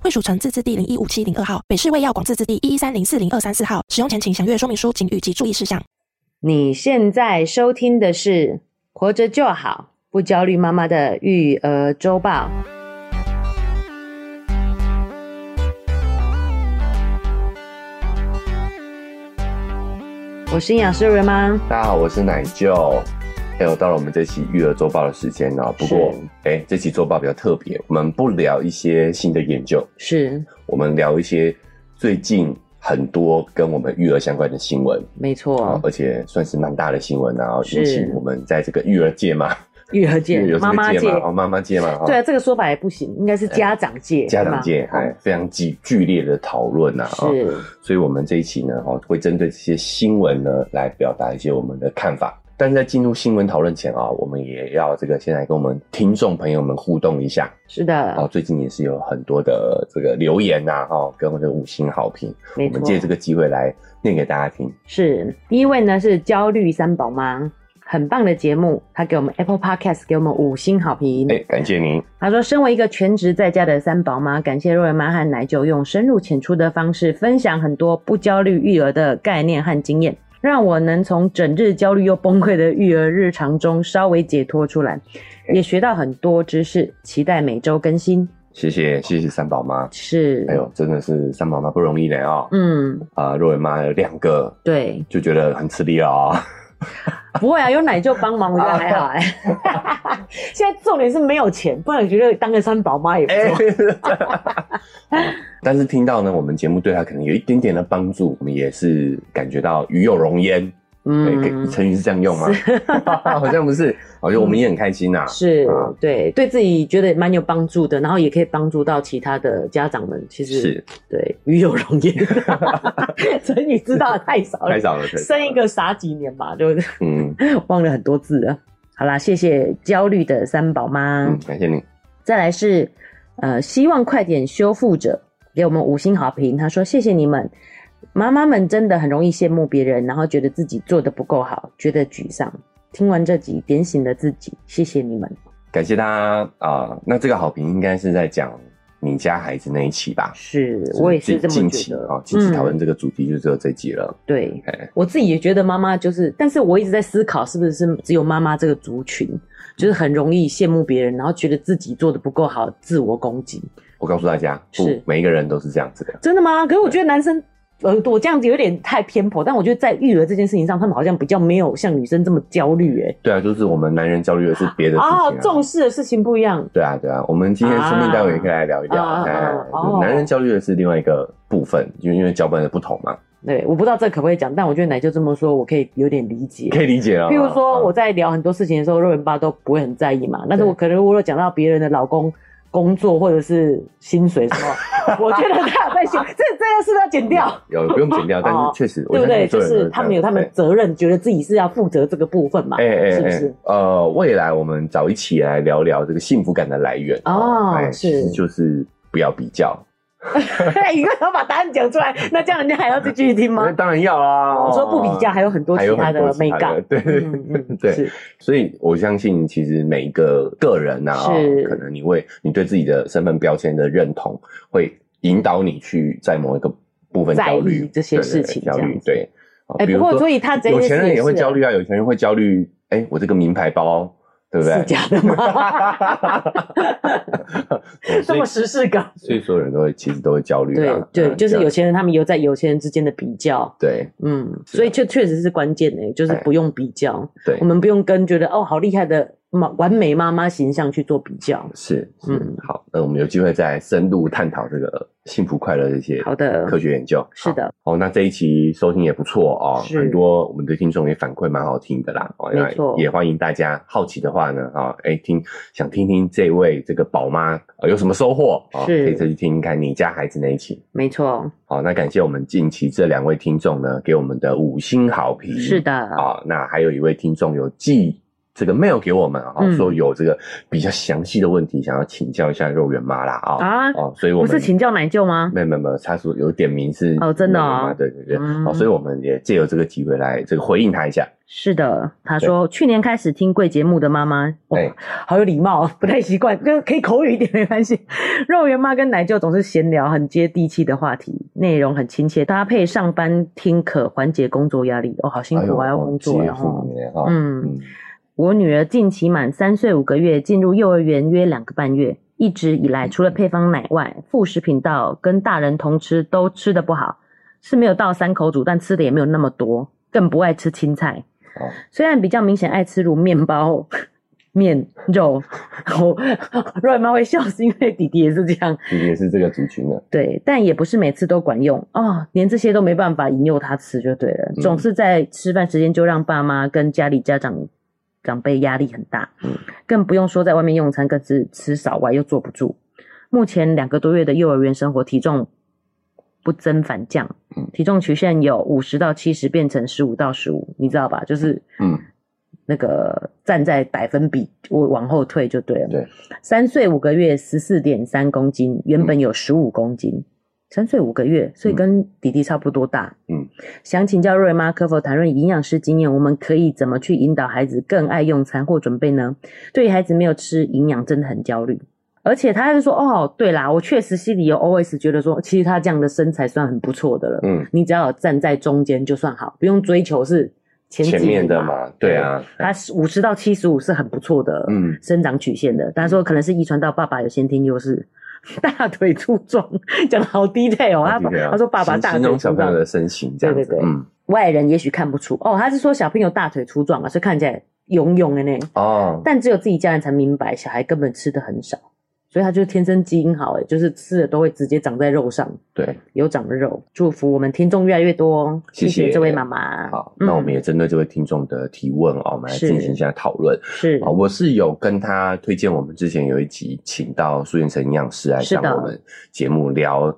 惠蜀城自治地零一五七零二号，北市卫药广自治地一一三零四零二三四号。使用前请详阅说明书请及注意事项。你现在收听的是《活着就好不焦虑妈妈》的育儿周报。我是营养师瑞妈，大家好，我是奶舅。哎呦，到了我们这期育儿周报的时间了。不过是，哎，这期周报比较特别，我们不聊一些新的研究，是我们聊一些最近很多跟我们育儿相关的新闻没啊错，，而且算是蛮大的新闻啊，是引起我们在这个育儿 界嘛，育儿育儿界、有这妈个妈界界，嘛，哦，妈妈界嘛，哈对啊，这个说法也不行，应该是家长界，家长界是吧哎，非常激剧烈的讨论呐啊，是所以我们这一期呢，哦，会针对这些新闻呢来表达一些我们的看法。但是在进入新闻讨论前啊，我们也要这个先来跟我们听众朋友们互动一下是啊。的，最近也是有很多的这个留言呐、哈、跟我的五星好评，没我错们。借这个机会来念给大家听。是第一位呢是焦虑三宝妈，很棒的节目，她给我们 Apple Podcast 给我们五星好评。哎、感谢您，她说，身为一个全职在家的三宝妈，感谢若瑞妈和奶舅用深入浅出的方式分享很多不焦虑育儿的概念和经验。让我能从整日焦虑又崩溃的育儿日常中稍微解脱出来，也学到很多知识，期待每周更新。谢谢谢谢三宝妈。是，哎呦，真的是三宝妈不容易呢哦。嗯，啊、若文妈有两个对，就觉得很吃力了哦。 不会啊，有奶就帮忙，我觉得还 好哎、现在重点是没有钱，不然我觉得当个三宝妈也不哎错。，哎 但是听到呢，我们节目对他可能有一点点的帮助，我们也是感觉到与有荣焉。对，可以嗯，成语是这样用吗？ 好像不是，好像我们也很开心呐、是啊对，对自己觉得蛮有帮助的，然后也可以帮助到其他的家长们。其实是对，与有荣 焉。成语知道的太少了，太少了，太少了哦生一，个傻几年吧，对不对？嗯忘了很多字了。好啦，谢谢焦虑的三宝妈。嗯，感谢你，再来是呃，希望快点修复者给我们五星好评，他说谢谢你们。妈妈们真的很容易羡慕别人，然后觉得自己做的不够好，觉得沮丧。听完这集，点醒了自己，谢谢你们。感谢他啊、那这个好评应该是在讲你家孩子那一期吧？是我也是这近么期觉得啊，近期讨论嗯、这个主题就只有这集了。对哎，我自己也觉得妈妈就是，但是我一直在思考，是不是只有妈妈这个族群，就是很容易羡慕别人，然后觉得自己做的不够好，自我攻击。我告诉大家，不是，每一个人都是这样子的。真的吗？可是我觉得男生，呃，我这样子有点太偏颇，但我觉得在育儿这件事情上，他们好像比较没有像女生这么焦虑、欸，对啊，就是我们男人焦虑的是别的事情、啊啊，重视的事情不一样。对啊，对啊，我们今天生命单位也可以来聊一聊。啊哎啊啊啊就男人焦虑的是另外一个部分，就因为脚本的不同嘛，对，我不知道这可不可以讲，但我觉得奶就这么说，我可以有点理解。可以理解了。譬如说，嗯我在聊很多事情的时候，肉圆爸都不会很在意嘛。但是我可能如果讲到别人的老公工作或者是薪水什 么，我觉得他有在想，这这个是不是要剪掉？有不用剪掉，但是哦确实，对不对？就我相信很多人都是这样他们有他们的对责任，觉得自己是要负责这个部分嘛，哎哎是不哎是？，呃，未来我们早一起来聊聊这个幸福感的来源哦哎是其实就是不要比较， 你为什么把答案讲出 来？那这样人家还要再继续听那吗？哎当然要啦。我说不比较，哦还有很多还其有他很的多其美他感的，。对嗯嗯 对，是所以我相信，其实每一个个人呐、啊，是可能你会你对自己的身份标签的认同，会引导你去在某一个部分焦在虑意这些对对对事情焦这虑样子对。啊哎比如不过说所以他这件有事钱人也会也是焦虑啊，有钱人会焦虑，哎，我这个名牌包，对不对？是假的吗？ 这对哦所以么时事 感。所以所有人都会其实都会焦虑对啊，对，嗯就是这有样钱人他们有在有钱人之间的比较，对嗯，所以确确实是关键诶，就是哎不用比较，啊对我们不用跟觉得哦好厉害的妈完美妈妈形象去做比较。是，嗯嗯，好，那我们有机会再深入探讨这个幸福快乐的一些好的科学研究。是的好，哦，那这一期收听也不错哦，是很多我们的听众也反馈蛮好听的啦。哦，没那错也欢迎大家好奇的话呢，啊、哦，哎，听想听听这位这个宝妈、呃有什么收获哦，可是以再去听听看你家孩子那一期。没错，好，那感谢我们近期这两位听众呢，给我们的五星好评。是的，啊，那还有一位听众有寄这个 mail 给我们啊，嗯说有这个比较详细的问题想要请教一下肉圆妈啦啊啊哦，所以我不们是请教奶舅吗？没有没有没有，他说有点名是哦真的肉圆妈哦对对对，嗯哦，所以我们也借由这个机会来这个回应他一下，是的，他说去年开始听贵节目的妈妈，哇哎，好有礼貌哦，不太习惯，就可以口语一点没关系。肉圆妈跟奶舅总是闲聊很接地气的话题，内容很亲切，搭配上班听可缓解工作压力。哦，好辛哎苦，呦还要工作哦职业然妇后。女呢哈，嗯我女儿近期满三岁五个月，进入幼儿园约两个半月，一直以来除了配方奶外，副食品到跟大人同吃都吃的不好，是没有到三口煮，但吃的也没有那么多，更不爱吃青菜。哦虽然比较明显爱吃如面包、 面肉，我 肉圆妈会笑，是因为弟弟也是这样，你也是这个族群的，对，但也不是每次都管用哦，连这些都没办法引诱他吃就对了，嗯总是在吃饭时间就让爸妈跟家里家长长辈压力很大，嗯更不用说在外面用餐，更是吃少外又坐不住。目前两个多月的幼儿园生活，体重不增反降嗯，体重曲线有五十到七十变成十五到十五，你知道吧？就是嗯，那个站在百分比我往后退就对了。对，三岁五个月十四点三公斤，原嗯本有十五公斤。三岁五个月，所以跟弟弟差不多大。嗯，想请教瑞妈可否谈论营养师经验，我们可以怎么去引导孩子更爱用餐或准备呢？对于孩子没有吃营养，真的很焦虑。而且他还是说，哦，对啦，我确实心里有 always 觉得说，其实他这样的身材算很不错的了。嗯，你只要有站在中间就算好，不用追求是前几前面名的嘛，对啊，他五十到七十五是很不错的，嗯生长曲线的。他说可能是遗传到爸爸有先天优势，大腿粗壮，讲的好 detail 哦。好他的确啊他说爸爸形大形腿容粗小朋友壮，的身形这样子对，对对嗯，外人也许看不出哦。他是说小朋友大腿粗壮啊，所以看起来勇勇的呢。哦，但只有自己家人才明白，小孩根本吃的很少，所以他就是天生基因好，哎，就是吃的都会直接长在肉上，对，有长肉。祝福我们听众越来越多哦，谢谢谢这位妈妈。好，嗯那我们也针对这位听众的提问哦，我们来是进行一下讨论。是啊，我是有跟他推荐，我们之前有一集请到苏彦成营养师来是上的我们节目聊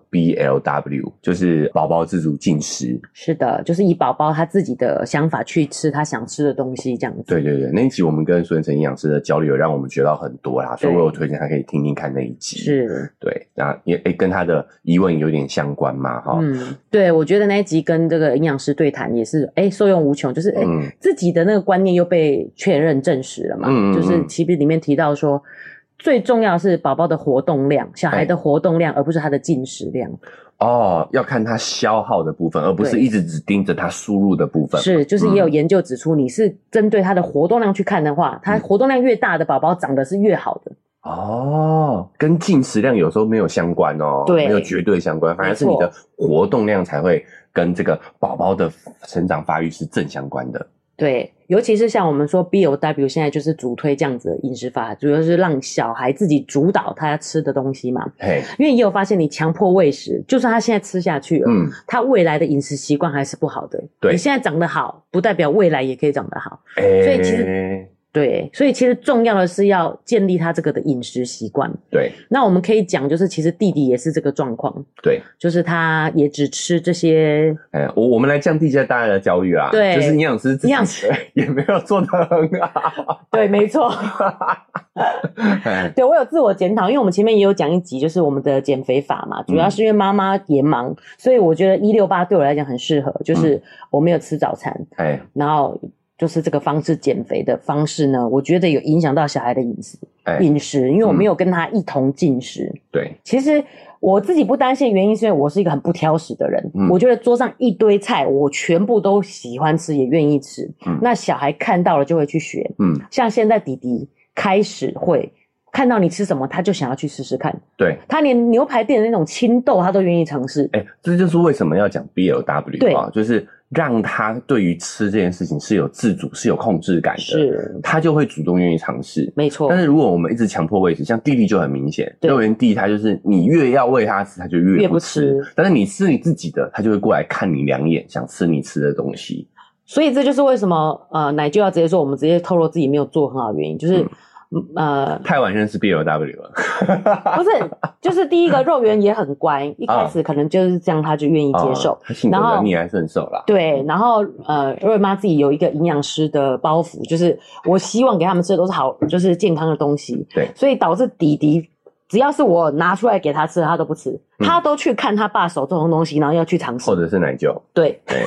BLW，就是宝宝自主进食。是的，就是以宝宝他自己的想法去吃他想吃的东西，这样子。对对对，那一集我们跟苏彦成营养师的交流，让我们学到很多啦，所以对我有推荐他可以听听看那一集。，是，对，那也诶跟他的疑问有点相关嘛，哈、嗯，对，我觉得那一集跟这个营养师对谈也是，哎，受用无穷，就是哎、嗯自己的那个观念又被确认证实了嘛。嗯嗯嗯就是其实里面提到说，最重要是宝宝的活动量，小哎孩的活动量，而不是他的进食量。哦，要看他消耗的部分，而不是对一直只盯着他输入的部分。是，就是也有嗯研究指出，你是针对他的活动量去看的话，他嗯活动量越大的宝宝长得是越好的。哦，跟进食量有时候没有相关哦，对没有绝对相关，反而是你的活动量才会跟这个宝宝的成长发育是正相关的。对，尤其是像我们说 BOW，现在就是主推这样子的饮食法，主要是让小孩自己主导他吃的东西嘛。嘿，因为也有发现，你强迫喂食，就算他现在吃下去了，嗯，他未来的饮食习惯还是不好的。对你现在长得好，不代表未来也可以长得好。哎、 所以其实对，所以其实重要的是要建立他这个的饮食习惯。对那我们可以讲，就是其实弟弟也是这个状况，对，就是他也只吃这些哎、我我们来降低一下大家的焦虑啊，对就是营养师自己营养师也没有做得很 好，对，没错。哎对我有自我检讨，因为我们前面也有讲一集，就是我们的减肥法嘛，主要是因为妈妈也忙，所以我觉得一六八对我来讲很适合，就是我没有吃早餐，哎然后就是这个方式减肥的方式呢，我觉得有影响到小孩的饮食哎，饮食，因为我没有跟他一同进食。对，其实我自己不担心，原因是因为我是一个很不挑食的人。嗯我觉得桌上一堆菜，我全部都喜欢吃，也愿意吃。嗯那小孩看到了就会去学。嗯，像现在弟弟开始会看到你吃什么，他就想要去试试看。对。他连哎牛排店的那种青豆，他都愿意尝试。哎、这就是为什么要讲 BLW 啊，就是让他对于吃这件事情是有自主、是有控制感的，是他就会主动愿意尝试。没错但，是如果我们一直强迫喂食，像弟弟就很明显，对幼儿园弟弟他就是你越要喂他吃，他就越越不不吃；吃但是你吃你自己的，他就会过来看你两眼，想吃你吃的东西。所以这就是为什么呃奶就要直接说我们直接透露自己没有做很好的原因，就是、嗯呃太晚认识 B L W 了，不是，就是第一个肉圆也很 乖，一开始可能就是这样，他就愿意接受。啊他性格然比后较逆来顺受啦。对，然后呃，瑞妈自己有一个营养师的包袱，就是我希望给他们吃的都是好，就是健康的东西。对所以导致弟弟只要是我拿出来给他吃，他都不吃，嗯他都去看他爸手中的东西，然后要去尝试或。者是奶舅，对， 对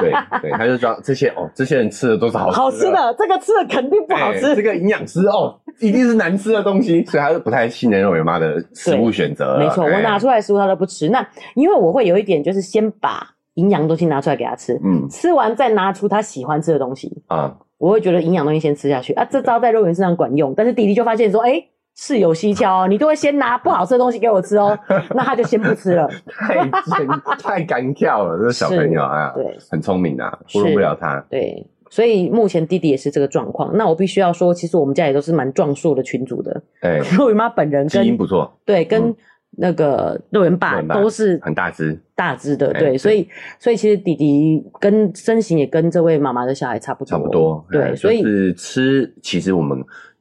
对对，他就知道这些哦，这些人吃的都是好好吃吃的这个吃的肯定不好哎这吃，个营养师哦，一定是难吃的 东西，所以他是不太信任肉圆妈的食物选择了。没错，我哎拿出来食物他都不吃。那因为我会有一点，就是先把营养的东西拿出来给他吃，嗯吃完再拿出他喜欢吃的东西。啊，我会觉得营养东西先吃下去啊，这招在肉圆身上管用。但是弟弟就发现说，哎，事有蹊跷哦，你都会先拿不好吃的东西给我吃哦，那他就先不吃 了。太 尖太干跳了，这个小朋友啊，对很聪明啊，是糊弄不了他。对，所以目前弟弟也是这个状况。那我必须要说，其实我们家也都是蛮壮硕的群主的，哎，肉圆妈本人基因跟不错，对跟嗯那个肉圆爸肉圆爸都是很大只。大只的，哎对，对所以所以其实弟弟跟身形也跟这位妈妈的小孩差不多，差不多。对哎所以就是吃，其实我们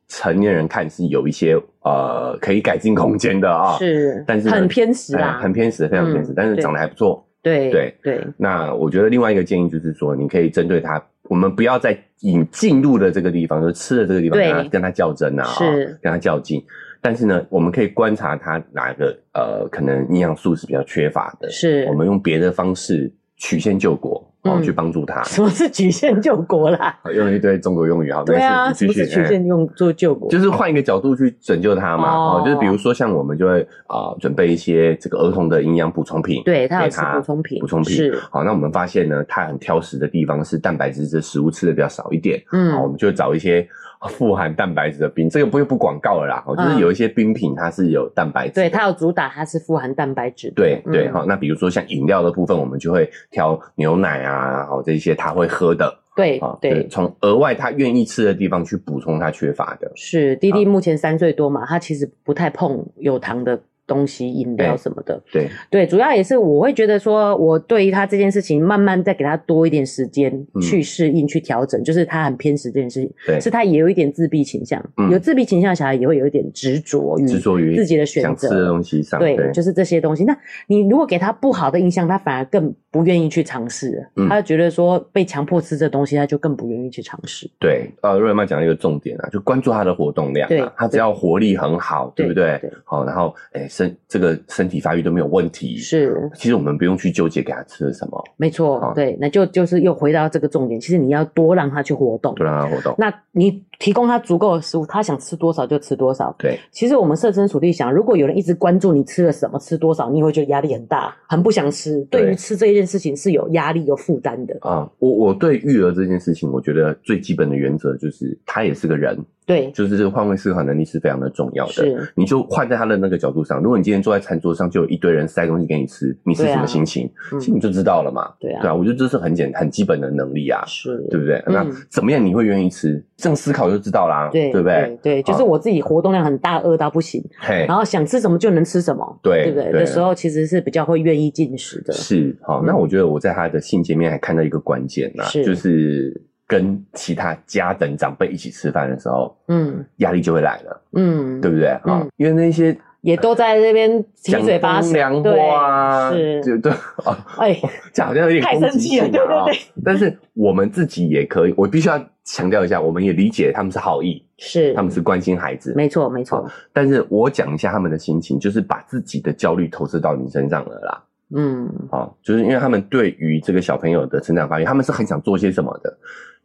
成年人看是有一些呃可以改进空间的啊、是，但是呢很偏食哎啦，很偏食，非常偏食，嗯但是长得还不错。对对对，那我觉得另外一个建议就是说，你可以针对他，我们不要再引进入的这个地方，就是吃的这个地方，对跟他跟他较真啊，啊是跟他较劲。但是呢，我们可以观察他哪个呃，可能营养素是比较缺乏的，是我们用别的方式曲线救国，哦，嗯去帮助他。 什么是曲线救国啦？用一堆中国用语，好，对啊，没什事么你继是续。曲哎线用做救国？就是换一个角度去拯救它嘛。哦哦，就是比如说像我们就会啊、准备一些这个儿童的营养补充品，对他有给吃补充品，补充品。是好，那我们发现呢，他很挑食的地方是蛋白质的食物吃的比较少一点。好，我嗯们就找一些啊富含蛋白质的冰，这个不不广告了啦。哦，就是嗯有一些冰品它是有蛋白质的，对他有主打它是富含蛋白质的，对对嗯哈、那比如说像饮料的部分，我们就会挑牛奶啊，然后这一些他会喝的对啊，就是对。从额外他愿意吃的地方去补充他缺乏的。是弟弟目前三岁多嘛，他其实不太碰有糖的东西、饮料什么的。对，对，主要也是我会觉得说，我对于他这件事情，慢慢再给他多一点时间嗯去适应、去调整。就是他很偏食这件事情，对是他也有一点自闭倾向，嗯有自闭倾向的小孩也会有一点执着于执着于自己的选想择吃的东西上，对，就是这些东西。那你如果给他不好的印象，他反而更不愿意去尝试了。嗯他就觉得说被强迫吃这东西，他就更不愿意去尝试。对，呃，瑞妈讲了一个重点啊，就关注他的活动量对啊，他只要活力很好，对对不对对？好，然后哎身这个身体发育都没有问题，。是，其实我们不用去纠结给他吃了什么，没好错，对，那就就是又回到这个重点，其实你要多让他去活动就。让他活动。那你提供他足够的食物，他想吃多少就吃多少。对，其实我们设身处地想，如果有人一直关注你吃了什么、吃多少，你会觉得压力很大，很不想吃。对对于吃这一件事情是有压力、有负担的。啊、我我对育儿这件事情，我觉得最基本的原则就是，他也是个人，对，就是这个换位思考能力是非常的重要的。是，你就换在他的那个角度上，如果你今天坐在餐桌上，就有一堆人塞东西给你吃，你是对啊什么心情？其实嗯，你就知道了嘛。对啊对啊，我觉得这是很简很基本的能力啊。是，对不对？嗯那怎么样你会愿意吃？这样思考就知道啦，对对不对？对就是我自己活动量很大，饿到不行，嘿然，后想吃什么就能吃什么，对对不对？对的时候其实是比较会愿意进食的，是好。嗯那我觉得我在他的信界面还看到一个关键呐，是就是跟其他家等长辈一起吃饭的时候，嗯压力就会来了，嗯，对不对？嗯啊，因为那些也都在这边七讲嘴八风舌，凉对话啊，是，就对哦，哎，讲好像有点太攻生击气性了，啊对对对，但是我们自己也可以，我必须要强调一下，我们也理解他们是好意，是， 他们是哦关心孩子，没错没错，但是我讲一下他们的心情，就是把自己的焦虑投射到你身上了啦。嗯，啊、就是因为他们对于这个小朋友的成长发育，他们是很想做些什么的，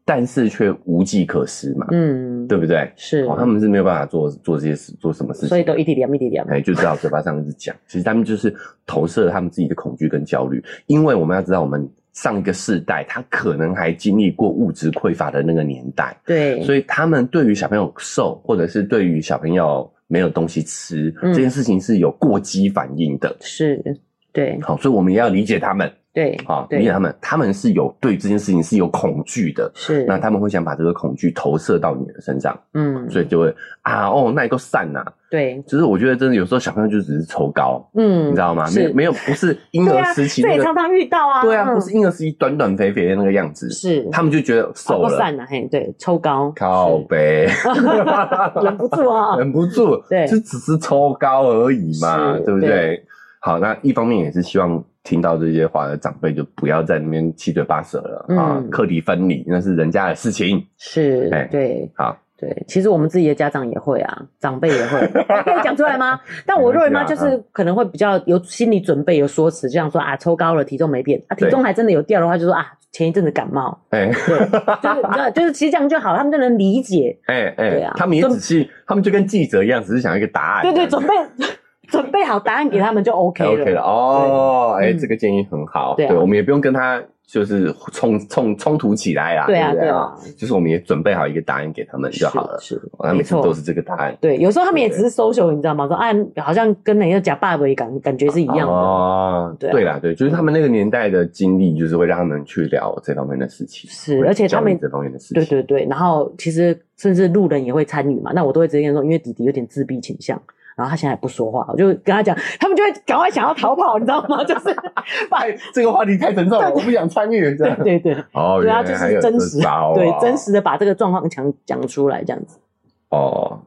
但是却无计可施嘛，嗯，对，不对？是哦，，他们是没有办法做做这些事，做什么事情，所以都一滴点一滴点，哎，就知道嘴巴上一直讲，其实他们就是投射了他们自己的恐惧跟焦虑，因为我们要知道，我们上一个世代他可能还经历过物质匮乏的那个年代，对，所以他们对于小朋友瘦，或者是对于小朋友没有东西吃、嗯这件事情是有过激反应的。是，对，好，所以我们也要理解他们，对，啊，对理解他们，他们是有对这件事情是有恐惧的，是，那他们会想把这个恐惧投射到你的身上，嗯，所以就会啊哦，那也够散呐、对，其实我觉得真的有时候小朋友就只是抽高，嗯，你知道吗？没有没有，有，不是婴对儿啊，时期这那也个，常常遇到啊，对啊，嗯不是婴儿时期短短肥肥的那个样子，是，哦他们就觉得瘦啊不了，散了，嘿，对，抽高，靠 背，是 忍不住 啊，忍不住， 对就只是抽高而已嘛，是对不对对？好，那一方面也是希望听到这些话的长辈就不要在那边七嘴八舌了、啊嗯，课题分离那是人家的事情。 是哎，对好，对，其实我们自己的家长也会啊，长辈也会， 哎可以讲出来吗？但我认为妈没就关系啊是可能会比较有心理准备，有说辞，这样说啊，抽高了，体重没变啊，体对重还真的有掉的话，就说啊，前一阵子感冒， 哎对，就是你知道，就是其实这样就好，他们就能理 解，哎对哎啊，他们也仔细，他们就跟记者一样，只是想要一个答案。对对，准备 准备好答案给他们就 OK 哎 OK 了了，哦，对哎，嗯这个建议很好，对啊对，我们也不用跟他就是冲冲冲突起来啦，对啊不对对啊，就是我们也准备好一个答案给他哎们就好了。是，是哦他每没次都错是。这个答案，对，有时候他们也只是 social，你知道吗？说啊，好像跟人家假爸爸感感觉是一样的，哦，对啊对啦，对，就是他们那个年代的经历，就是会让他们去聊这方面的事情，是会而且他教育们这方面的事情，对对对，然后其实甚至路人也会参与嘛，那我都会直接跟他说，因为弟弟有点自闭倾向，然后他现在也不说话，我就跟他讲，他们就会赶快想要逃跑，你知道吗？就是 把哎，这个话题太沉重了，我不想参与。这对样对对，哦， 对啊，原就来还是有真这实的，招啊对真实的把这个状况讲讲出来，这样子。哦，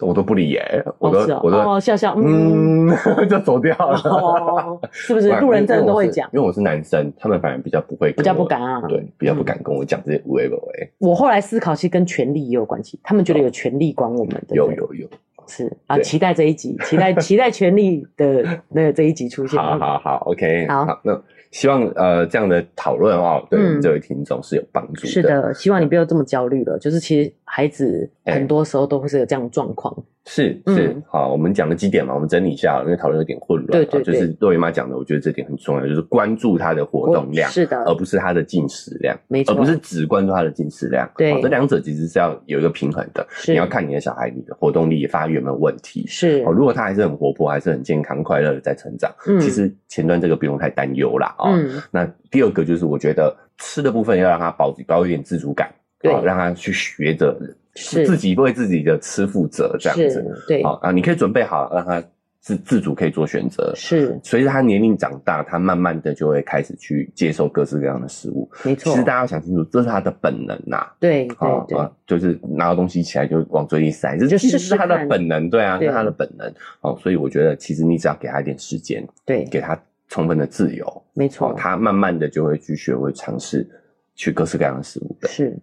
我都不理耶，我都哦是哦我哦都笑笑嗯，嗯， 就走掉了。哦，是 不是路人真的都会讲？因为我是因为我是男生，他们反而比较不会跟比我，较不敢啊对，比较不敢跟我讲这些无谓不谓，我后来思考，其实跟权力也有关系，他们觉得有权力管我们，对不哦有对有有，是啊，对期待这一集，期 待期待权力的那个这一集出现。嗯好好好，OK，好那希望呃这样的讨论哦，对我们嗯这位听众是有帮助是的，希望你不要这么焦虑了。就是其实孩子哎很多时候都会是有这样的状况。是是、嗯好，我们讲了几点嘛，我们整理一下，因为讨论有点混乱。啊对对好就对是若姨妈讲的，我觉得这点很重要，就是关注她的活动量，是的，而不是她的进食量，没错而不是只关注她的进食量。对好这两者其实是要有一个平衡的。是你要看你的小孩，你的活动力发育有没有问题。是哦，如果他还是很活泼，还是很健康、快乐的在成长，嗯其实前端这个不用太担忧啦。哦，嗯那第二个就是，我觉得吃的部分要让他保保有一点自主感，对好让他去学着是自己为自己的吃负责这样是子。，对好啊，你可以准备好让他自自主可以做选择。是随着他年龄长大，他慢慢的就会开始去接受各式各样的食物。没其错实，大家要想清楚，这是他的本能呐、对对好对啊，就是拿到东西起来就往嘴里塞，这就其试实试是他的看本能，对啊，对是他的本能。哦，所以我觉得其实你只要给他一点时间，对，给他充分的自由，没哦错，，他慢慢的就会去学会尝试去各式各样的食物的。是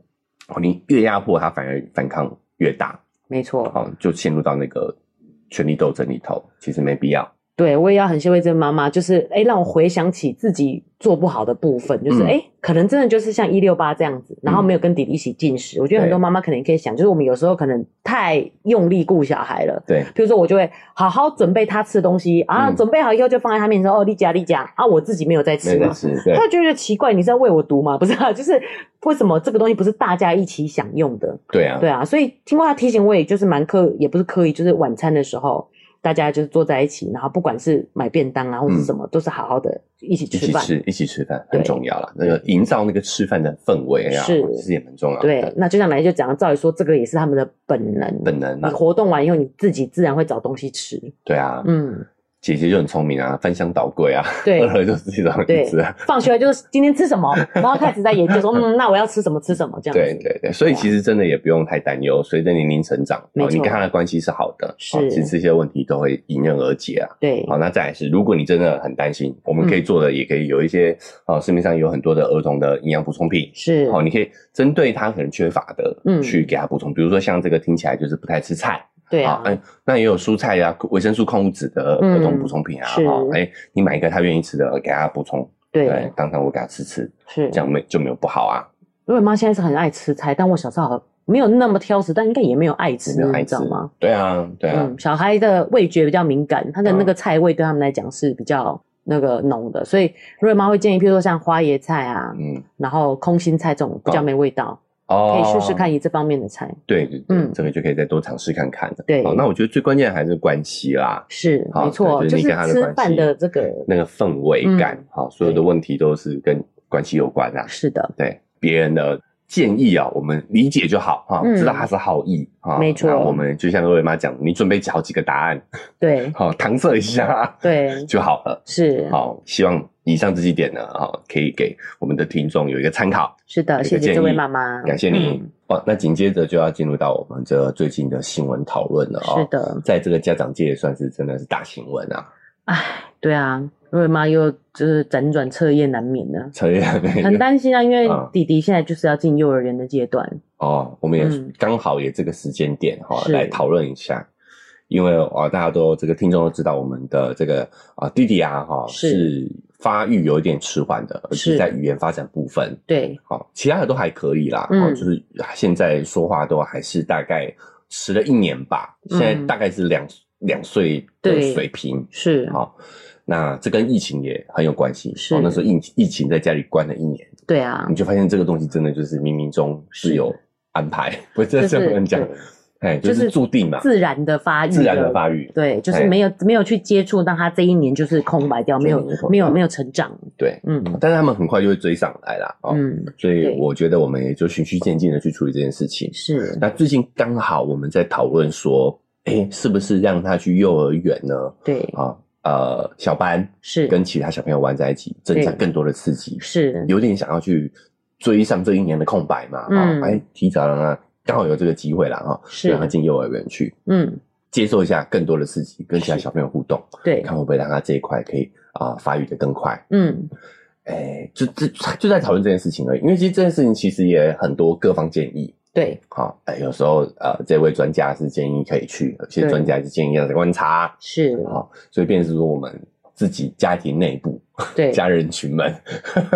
哦，你越压迫他，反而反抗越大，没错。哦，就陷入到那个权力斗争里头，其实没必要。对，我也要很谢谢这个妈妈，就是哎，诶让我回想起自己做不好的部分，就是嗯哎、诶可能真的就是像一六八这样子，然后没有跟弟弟一起进食。我觉得很多对妈妈可能也可以想，就是我们有时候可能太用力顾小孩了。对，比如说，我就会好好准备他吃的东西啊，嗯准备好以后就放在他面前说：“哦，你夹你夹啊，我自己没有在吃没嘛得。吃，对他，就觉得奇怪，你是在喂我毒吗？ 不是、啊，就是为什么这个东西不是大家一起享用的？对啊，对啊，所以经过他提醒，我也就是蛮刻，也不是刻意，就是晚餐的时候，大家就是坐在一起，然后不管是买便当啊，或是什么，都是好好的一起嗯一吃起饭。吃，一起吃饭对很重要啦。那个营造那个吃饭的氛围啊，是其实也蛮重要的。对，那就像来就讲了，照理说这个也是他们的本能。本能你啊，活动完以后，你自己自然会找东西吃。对啊， 嗯，姐姐就很聪明啊，翻箱倒柜啊，对饿 了就自己找东西对吃啊。。放学就是今天吃什么，然后开始在研 究说，嗯，那我要吃什么吃什么这样对子。对对，所以对啊其实真的也不用太担忧，随着年龄成长，没哦，错你跟他的关系是好的，哦是其实这些问题都会迎刃而解啊。对好，那再来是，如果你真的很担心，我们嗯可以做的也可以有一些，哦，市面上有很多的儿童的营养补充品，哦是好，你可以针对他可能缺乏的，嗯去给他补充，比如说像这个听起来就是不太吃菜，对啊好，，哎，那也有蔬菜呀、维生素矿物质的儿童补充品啊，嗯好，是哎，你买一个他愿意吃的，给他补充，对，当场我给他吃吃，是这样没就没有不好啊，因为我妈现在是很爱吃菜，但我小时候好像没有那么挑食，但应该也没有爱吃，有没有爱你知吃道吗？？对啊，对啊，嗯嗯，小孩的味觉比较敏感，他的那个菜味对他们来讲是比较那个浓的，所以瑞妈会建议，譬如说像花椰菜啊，嗯，然后空心菜这种比较没味道，哦可以试试看你这方面的菜。对对，嗯嗯，这个就可以再多尝试看看了。对好，那我觉得最关键还是关系啦，是，哦好没错，对就就是是你跟他的吃关饭系的这个，那个氛围感，嗯好，所有的问题都是跟关系有关啦。是的，对别人的建议啊，我们理解就好哈，嗯知道他是好意啊。没错那我们就像各位妈讲，你准备好几个答案，对好，搪塞一下对， 就好了。是，好，希望以上这几点呢，哈，可以给我们的听众有一个参考。是的，有一个谢谢建这位议妈妈。嗯感谢你、哦。那紧接着就要进入到我们这最近的新闻讨论了哦。是的，在这个家长界也算是真的是大新闻啊，对啊，瑞妈又就是辗转彻夜难眠呢，陈月妹很担心啊，因为啊弟弟现在就是要进幼儿园的阶段，哦，我们也嗯刚好也这个时间点哈、是来讨论一下，因为啊、大家都这个听众都知道，我们的这个啊、弟弟啊哈、是是发育有一点迟缓的，而是且在语言发展部分，对，好、其他的都还可以啦，嗯哦，就是现在说话都还是大概迟了一年吧，嗯现在大概是两两岁的对水平，是，好、那这跟疫情也很有关系，是哦，那时候疫疫情在家里关了一年。对啊你，就发现这个东西真的就是冥冥中是有安排，不就是这么讲，对哎，就就是是注定嘛，自然的发育，自然的发育，对，就是哎没有没有去接触，让他这一年就是空白掉，没有这一年空白没有没有成长，对，嗯但是他们很快就会追上来啦，哦，嗯，所以对我觉得我们也就循序渐进的去处理这件事情。是，那最近刚好我们在讨论说，哎，是不是让他去幼儿园呢？对，啊，呃，小班是跟其他小朋友玩在一起，增加对更多的刺激，是，有点想要去追上这一年的空白嘛，啊嗯，哎，提早让他刚好有这个机会啦，啊，是让他进幼儿园去。嗯，接受一下更多的刺激，跟其他是小朋友互动，对，看会不会让他这一块可以啊、发育的更快。嗯，哎，就就就在讨论这件事情而已，因为其实这件事情其实也很多各方建议。对，好、哎，有时候呃，这位专家是建议可以去，有些对专家是建议要观察。是，好、所以便是说我们自己家庭内部对，家人群们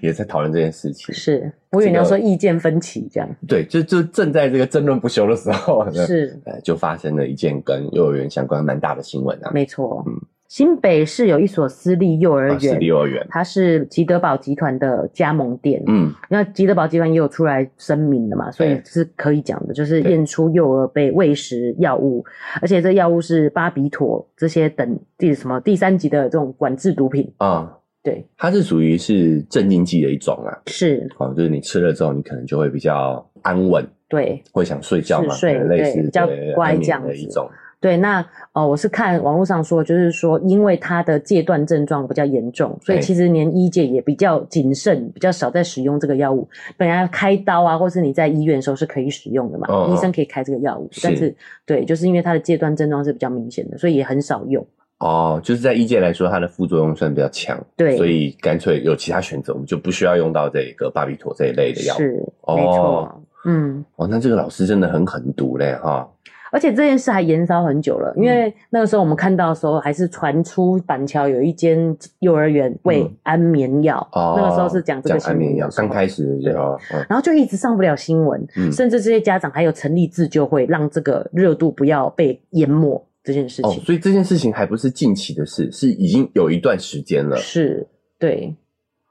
也在讨论这件事情。是，我以为你要说意见分歧这样，对，就就正在这个争论不休的时候呢，是，呃，就发生了一件跟幼儿园相关蛮大的新闻啊。没错嗯。新北市有一所私立幼儿啊私园立，幼儿园，它是吉德堡集团的加盟店。嗯，那吉德堡集团也有出来声明的嘛，所以对是可以讲的，就是对验出幼儿被喂食药物，而且这药物是巴比妥这些等第什么第三级的这种管制毒品。啊、对，它是属于是镇静剂的一种啊，是，哦，就是你吃了之后，你可能就会比较安稳，对，会想睡觉嘛，嗜睡可能类似对比较对乖安眠这样的一种，对。那呃，我是看网络上说，就是说因为它的戒断症状比较严重，所以哎其实连医界也比较谨慎，比较少在使用这个药物。本来开刀啊，或是你在医院的时候是可以使用的嘛，哦医生可以开这个药物，是但是对，就是因为它的戒断症状是比较明显的，所以也很少用。哦，就是在医界来说，它的副作用算比较强，对所以干脆有其他选择，我们就不需要用到这个巴比妥这一类的药物。是，哦没错，嗯。哦，那这个老师真的很狠毒嘞哈，而且这件事还延烧很久嗯了，因为那个时候我们看到的时候，还是传出板桥有一间幼儿园喂嗯安眠药，哦，那个时候是讲这个讲新安眠闻药的，时候刚开始对要，嗯然后就一直上不了新闻，嗯甚至这些家长还有成立自救会，让这个热度不要被淹没这件事哦，情。所以这件事情还不是近期的事，是已经有一段时间了，是，对。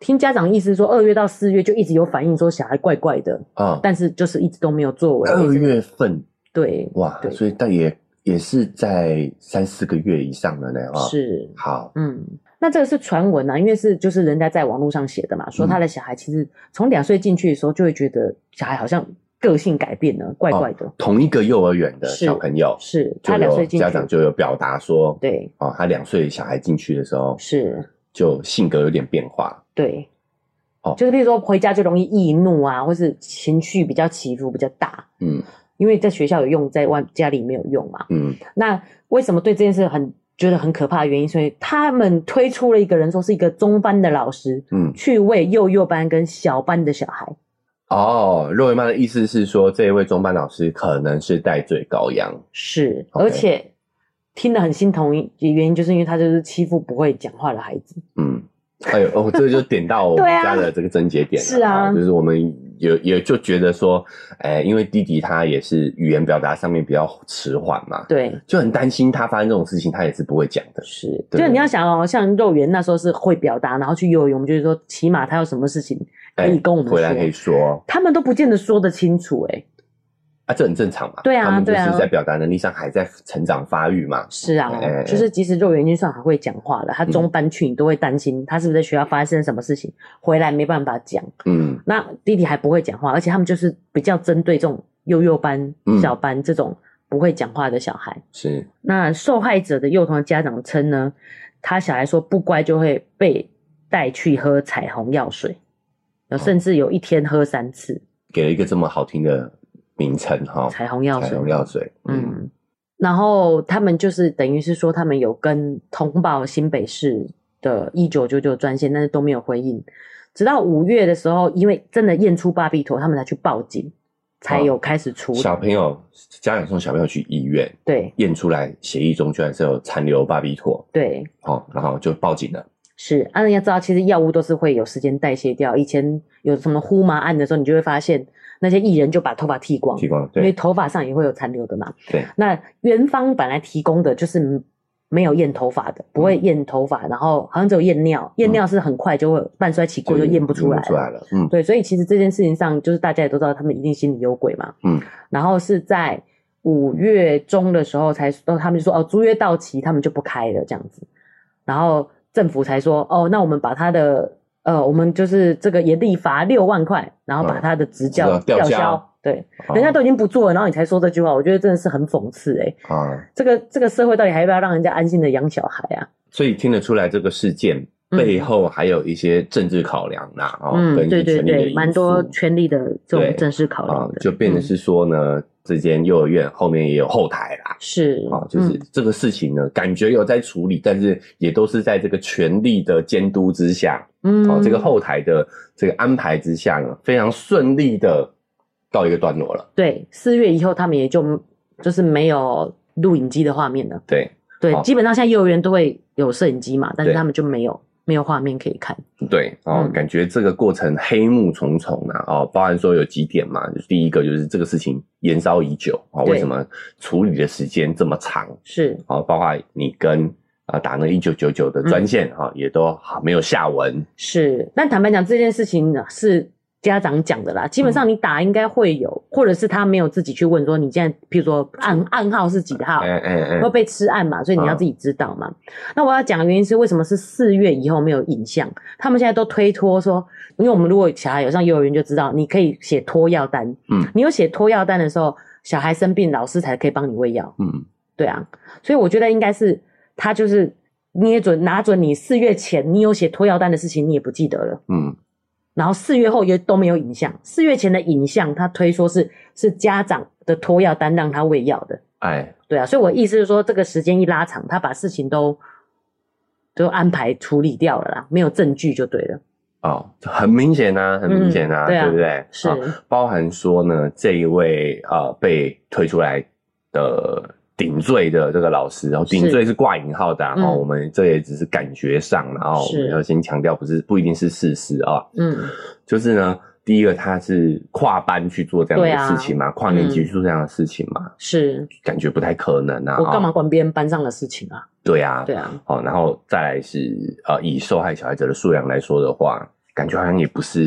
听家长意思说，二月到四月就一直有反映说小孩怪怪的，啊，但是就是一直都没有作为。二月份对，哇对，所以但也也是在三四个月以上了呢啊、哦。，是好，嗯，那这个是传闻啊，因为是就是人家在网络上写的嘛，说他的小孩其实从两岁进去的时候就会觉得小孩好像个性改变了，怪怪的。同一个幼儿园的小朋友，是哦就他两岁有进去，家长就有表达说，，对，哦，他两岁小孩进去的时候，是，就性格有点变化，对，哦就是例如说回家就容易易怒啊，或是情绪比较起伏比较大，嗯因为在学校有用，在外家里没有用嘛。嗯，那为什么对这件事很觉得很可怕的原因，所以他们推出了一个人说是一个中班的老师，嗯去为幼幼班跟小班的小孩。哦，肉圆妈的意思是说，这一位中班老师可能是戴罪羔羊，是， OK 而且听得很心疼的原因，就是因为他就是欺负不会讲话的孩子。嗯，哎呦，哦，这个就点到我们对啊家的这个症结点了，哦是啊就是我们也也就觉得说，哎，因为弟弟他也是语言表达上面比较迟缓嘛，对，就很担心他发生这种事情，他也是不会讲的。是，对就你要想哦，像肉圆那时候是会表达，然后去幼儿园，我们就是说，起码他有什么事情可以跟我们哎回来可以说，说他们都不见得说得清楚、欸，哎，啊，这很正常嘛。对啊他们就对啊是在表达能力上还在成长发育嘛。是啊，哎哎哎就是即使肉圆君算很会讲话了，他中班去你都会担心他是不是在学校发生什么事情，回来没办法讲。嗯，那弟弟还不会讲话，而且他们就是比较针对这种幼幼班嗯、小班这种不会讲话的小孩。是那受害者的幼童的家长称呢，他小孩说不乖就会被带去喝彩虹药水，哦呃甚至有一天喝三次给了一个这么好听的名称哈，彩虹药哦彩水。虹药水。嗯，嗯，然后他们就是等于是说，他们有跟通报新北市的一九九九专线，但是都没有回应。直到五月的时候，因为真的验出巴比妥，他们才去报警，才有开始处理。哦小朋友家长送小朋友去医院对验出来，血液中居然是有残留巴比妥，对，哦，然后就报警了。是，啊，你要知道，其实药物都是会有时间代谢掉。以前有什么呼麻案的时候，你就会发现那些艺人就把头发剃光，提供因为对头发上也会有残留的嘛。对，那元方本来提供的就是没有验头发的，不会验头发，然后好像只有验尿，验尿是很快就会半衰期过嗯就验不出来验不出来了。嗯，对，所以其实这件事情上，就是大家也都知道他们一定心里有鬼嘛。嗯，然后是在五月中的时候才说，他们就说哦，租约到期，他们就不开了这样子。然后政府才说哦，那我们把他的呃，我们就是这个也立罚六万块，然后把嗯他的执教执照吊销哦销。对，好人家都已经不做了，然后你才说这句话，我觉得真的是很讽刺哎、啊，这个这个社会到底还要不要让人家安心的养小孩啊？所以听得出来这个事件嗯背后还有一些政治考量啦，哦，嗯，跟一对些对权力的因对，素蛮多权力的这对种正式考啊量的，，就变成嗯是说呢，这间幼儿园后面也有后台啦。是啊，就是嗯这个事情呢，感觉有在处理，但是也都是在这个权力的监督之下，嗯哦，这个后台的这个安排之下呢，非常顺利的到一个段落了。对，四月以后他们也就就是没有录影机的画面了。对对，好基本上现在幼儿园都会有摄影机嘛，但是他们就没有没有画面可以看。对，哦，嗯感觉这个过程黑幕重重啊，哦，包含说有几点嘛，就是第一个就是这个事情延烧已久啊、哦，对为什么处理的时间这么长？是，哦，包括你跟啊、呃打那一九九九嗯的专线哈、哦也都好没有下文。是，但坦白讲，这件事情呢是家长讲的啦。基嗯本上你打应该会有，或者是他没有自己去问说你现在，譬如说暗暗号是几号，哎哎哎会，被吃暗嘛，所以你要自己知道嘛。那我要讲的原因是为什么是四月以后没有影像？他们现在都推脱说，因为我们如果小孩有上幼儿园就知道，你可以写托药单，嗯你有写托药单的时候，小孩生病，老师才可以帮你喂药。嗯，对啊，所以我觉得应该是他就是捏准拿准你四月前你有写托药单的事情，你也不记得了。嗯，然后四月后也都没有影像，四月前的影像，他推说是是家长的托药单让他喂药的，哎，对啊，所以我意思是说，这个时间一拉长，他把事情都都安排处理掉了啦，没有证据就对了，哦，很明显啊，很明显啊，嗯对啊不对？是啊包含说呢，这一位呃被推出来的顶罪的这个老师，然后顶罪是挂引号的啊，然后、嗯我们这也只是感觉上，然后我是们要先强调，不是不一定是事实啊，嗯，就是呢。第一个，他是跨班去做这样对啊的事情嘛，跨年级去做这样的事情嘛，是感觉不太可能啊。我干嘛哦？管别人班上的事情啊？对啊，对啊，哦，然后再来是呃，以受害小孩者的数量来说的话，感觉好像也不是，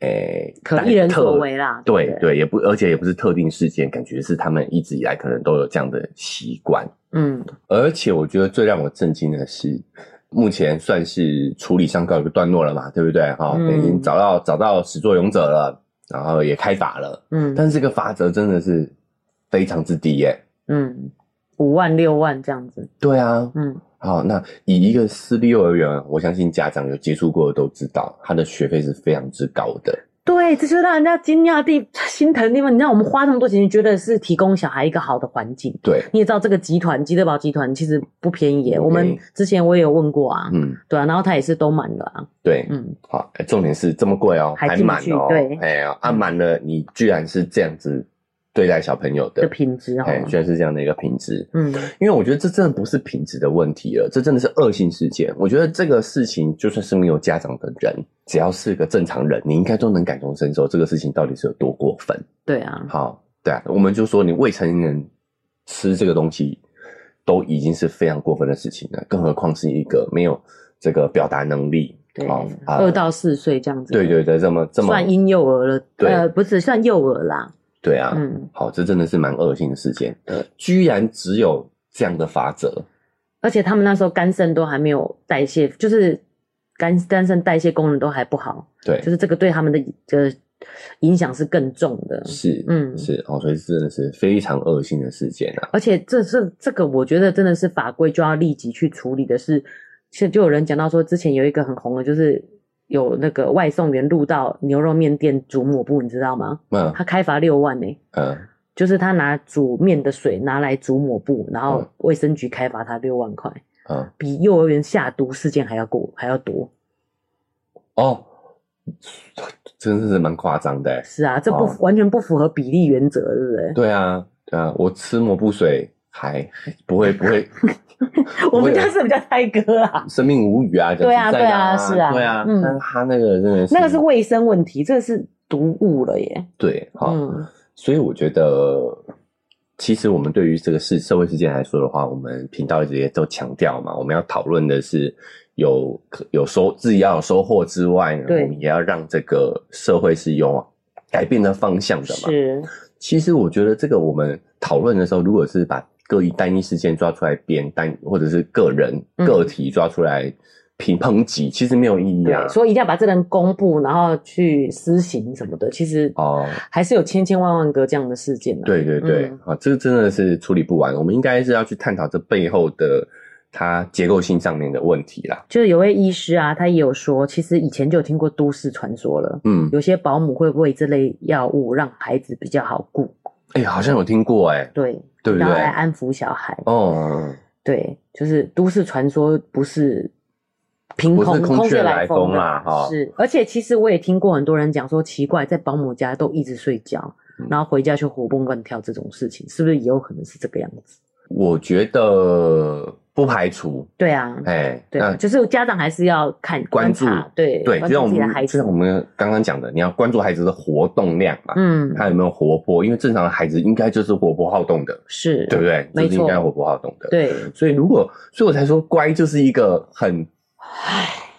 诶、可单一人所特为啊啦，对不对，也不，而且也不是特定事件，感觉是他们一直以来可能都有这样的习惯。嗯，而且我觉得最让我震惊的是，目前算是处理上告一个段落了嘛，对不对？哈、嗯已经找到找到始作俑者了，然后也开罚了，嗯但是这个罚则真的是非常之低耶、嗯，五万六万这样子，对啊，嗯，好，那以一个私立幼儿园，我相信家长有接触过的都知道，他的学费是非常之高的。对，这就是让人家惊讶的地 心疼的地方。你知道我们花这么多钱，觉得是提供小孩一个好的环境。对，你也知道这个集团基德堡集团其实不便宜耶，不我便们宜之前我也有问过啊，嗯，对啊，然后他也是都满了啊，对，嗯，好，哎重点是这么贵哦，还还进不满去哦，对哎呀，啊满了，你居然是这样子对待小朋友的的，品质哈，哎，居然是这样的一个品质，嗯因为我觉得这真的不是品质的问题了，这真的是恶性事件。我觉得这个事情，就算是没有家长的人，只要是个正常人，你应该都能感同身受，这个事情到底是有多过分。，对啊，好，对啊，我们就说你未成年人吃这个东西，都已经是非常过分的事情了，更何况是一个没有这个表达能力。对，好啊二到四岁这样子，对对对，这么这么算婴幼儿了，对呃，不是算幼儿啦，对啊，嗯，好，这真的是蛮恶性的事件，居然只有这样的法则，而且他们那时候肝肾都还没有代谢，就是肝肝肾代谢功能都还不好，对，就是这个对他们的呃影响是更重的，是，嗯是哦，所以真的是非常恶性的事件啊，而且这这这个，我觉得真的是法规就要立即去处理的是，其实就有人讲到说，之前有一个很红的，就是有那个外送员录到牛肉面店煮抹布，你知道吗？嗯他开罚六万呢、嗯，就是他拿煮面的水拿来煮抹布，然后嗯卫生局开罚他六万块，嗯，比幼儿园下毒事件还要过还要多。哦，真的是蛮夸张的欸，是啊，这不、哦完全不符合比例原则，对不对？，对啊，对啊，我吃抹布水还不会不会我们家是比较猜歌啊，生命无语啊，讲对啊实在的对啊是啊对啊，嗯但他那个真的是那个是卫生问题，这个是毒物了耶。对，好，嗯所以我觉得，其实我们对于这个事社会事件来说的话，我们频道一直也都强调嘛，我们要讨论的是有可有收自己要有收获之外呢，对我们也要让这个社会是有改变的方向的嘛。是，其实我觉得这个我们讨论的时候，如果是把各一单一事件抓出来编单，或者是个人、嗯个体抓出来评抨击，其实没有意义对，啊。所以一定要把这人公布，然后去私刑什么的。其实哦还是有千千万万个这样的事件、啊。，对对对，嗯啊，这真的是处理不完，我们应该是要去探讨这背后的它结构性上面的问题啦。就是有位医师啊，他也有说，其实以前就有听过都市传说了，嗯，有些保姆会喂这类药物让孩子比较好顾，哎、好像有听过、哎，对，对不然后来对？安抚小孩。哦，对，就是都市传说不是凭不是空空空穴穴来来风风啦的哈是，而且其实我也听过很多人讲说，奇怪，在保姆家都一直睡觉，嗯然后回家却活蹦乱跳这种事情，是不是也有可能是这个样子？我觉得不排除，对啊，哎、对啊，那就是家长还是要看关注察对对，就观察像我自己的们孩就子像我，们刚刚讲的，你要关注孩子的活动量嘛，嗯，他有没有活泼？因为正常的孩子应该就是活泼好动的，是，对不对？没就是应该错活泼好动的。对，所以如果，所以我才说乖就是一个很，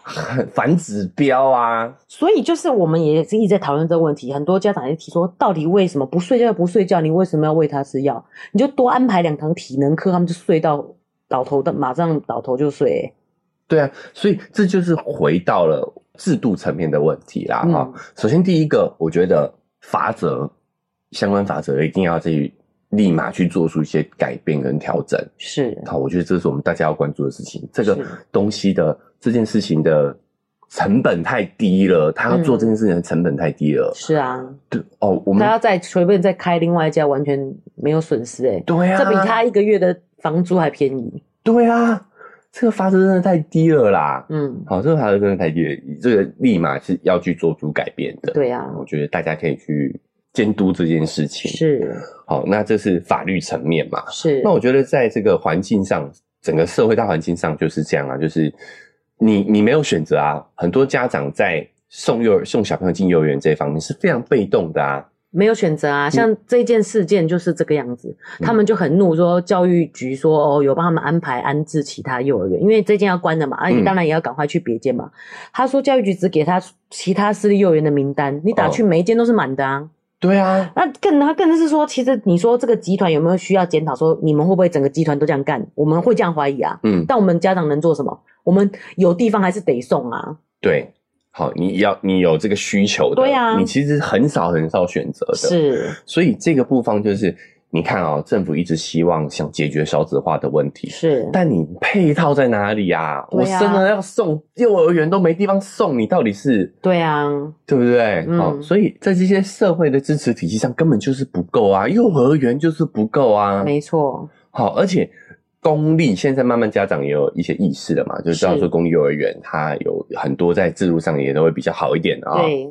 很反指标啊。所以就是我们也是一直在讨论这个问题，很多家长也提说，到底为什么不睡觉就不睡觉？你为什么要喂他吃药？你就多安排两堂体能课，他们就睡到倒头的，马上倒头就睡、对啊，所以这就是回到了制度层面的问题啦。嗯哈、首先第一个，我觉得法则相关法则一定要去立马去做出一些改变跟调整。是，好，我觉得这是我们大家要关注的事情。这个是东西的这件事情的成本太低了，他要做嗯这件事情的成本太低了。是啊，对哦，我他们要再随便再开另外一家，完全没有损失哎、对啊，这比他一个月的房租还便宜。对啊，这个法则真的太低了啦。嗯，好，这个法则真的太低了，这个立马是要去做出改变的。对啊，我觉得大家可以去监督这件事情。，是好，那这是法律层面嘛？是那，我觉得在这个环境上，整个社会大环境上就是这样啊，就是你你没有选择啊，很多家长在送幼儿送小朋友进幼儿园这一方面是非常被动的啊。没有选择啊。像这件事件就是这个样子，嗯他们就很怒，说教育局说哦，有帮他们安排安置其他幼儿园，因为这间要关了嘛，啊，嗯当然也要赶快去别间嘛。他说教育局只给他其他私立幼儿园的名单，你打去哦每一间都是满的啊。对啊，那更他更是说，其实你说这个集团有没有需要检讨？说你们会不会整个集团都这样干？我们会这样怀疑啊。嗯，但我们家长能做什么？我们有地方还是得送啊。对。好，你要你有这个需求的，对啊你其实很少很少选择的，是所以这个部分就是，你看啊、政府一直希望想解决少子化的问题，是，但你配套在哪里啊？我对啊生了要送幼儿园都没地方送，你到底是对啊，对不对？嗯好，所以在这些社会的支持体系上根本就是不够啊，幼儿园就是不够啊。没错，好，而且公立现在慢慢家长也有一些意识了嘛，就知道是说公立幼儿园它有很多在制度上也都会比较好一点啊。对，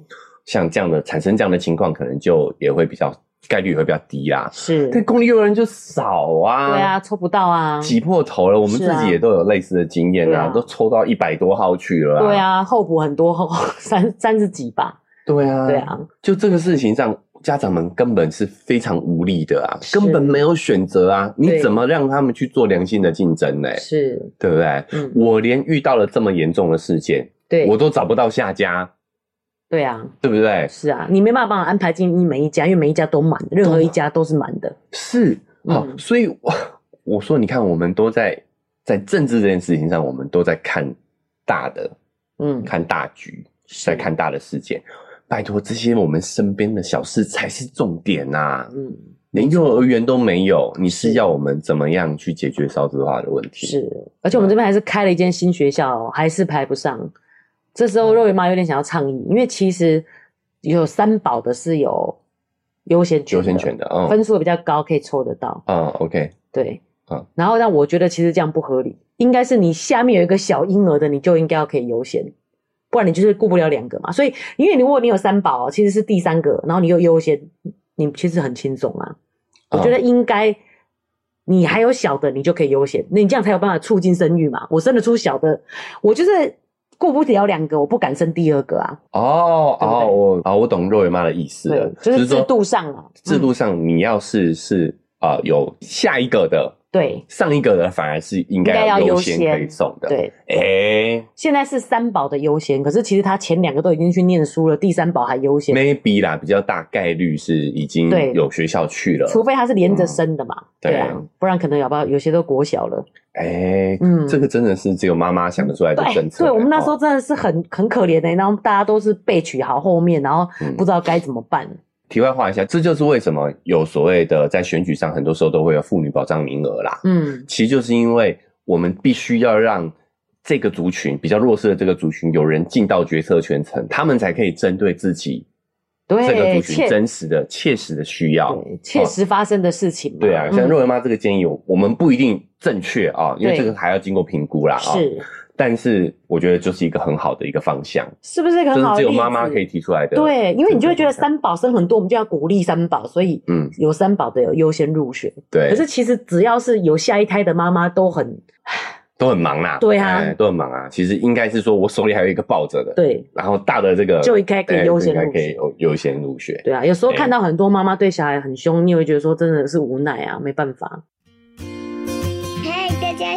像这样的产生这样的情况，可能就也会比较概率也会比较低啦。是，但公立幼儿园就少啊，对啊，抽不到啊，挤破头了。我们是自啊己也都有类似的经验啊，对啊都抽到一百多号去了、对，啊，候补很多， 候三三十几吧，对啊，对。啊，就这个事情上，家长们根本是非常无力的啊，是根本没有选择啊。对你怎么让他们去做良性的竞争呢？是，对不对？嗯，我连遇到了这么严重的事件，对，我都找不到下家，对啊，对不对？是啊，你没办法帮我安排进每一家，因为每一家都满，任何一家都是满的。是，好，嗯所以我我说，你看，我们都在在政治这件事情上，我们都在看大的，嗯，看大局，是在看大的事件。拜托，这些我们身边的小事才是重点呐、嗯，连幼儿园都没有，你是是要我们怎么样去解决少子化的问题？，是，而且我们这边还是开了一间新学校哦，还是排不上。这时嗯候肉圆妈有点想要倡议，因为其实有三宝的是有优先权，优先权的，嗯分数比较高，可以抽得到。嗯，OK，对，嗯然后让我觉得其实这样不合理，应该是你下面有一个小婴儿的，你就应该要可以优先，不然你就是顾不了两个嘛。所以，因为如果你有三宝哦，其实是第三个，然后你又优先，你其实很轻松啊。我觉得应该你还有小的，你就可以优先，那你这样才有办法促进生育嘛。我生得出小的，我就是顾不了两个，我不敢生第二个啊。哦对不哦，对我哦我懂肉圆妈的意思了对，，就是说制度上啊，制嗯度上你要是是啊、呃有下一个的，对上一个的反而是应应该该要要优优先先可以送的。，对。哎、现在是三宝的优先，可是其实他前两个都已经去念书了，第三宝还优先， m a y b e 啦，比较大概率是已经对有学校去了。除非他是连着生的嘛，嗯对啊，不然可能有吧，有些都国小了。哎、嗯这个真的是只有妈妈想得出来的政对，策。哎对我们那时候哦真的是很很可怜的、欸然后大家都是被取好后面，然后嗯不知道该怎么办。题外话一下，这就是为什么有所谓的在选举上，很多时候都会有妇女保障名额啦。嗯，其实就是因为我们必须要让这个族群比较弱势的这个族群有人进到决策圈层，他们才可以针对自己这个对，族群切真实的、切实的需要。对切实发生的事情嘛。对啊，嗯像若文妈这个建议，我我们不一定正确啊，因为对这个还要经过评估啦啊。，是但是我觉得就是一个很好的一个方向，是不是一个这很好是的只有例子妈妈可以提出来的。对，因为你就会觉得这个方向，三宝生很多，我们就要鼓励三宝，所以嗯，有三宝的有优先入选。对，可是其实只要是有下一胎的妈妈都很都很忙啦。对啊哎都很忙啊。其实应该是说我手里还有一个抱着的，对然后大的这个就应该可以哎优先就应该入可学以优优先入学。对啊，有时候看到很多妈妈对小孩很凶，你也会觉得说真的是无奈啊，没办法。嗨，大家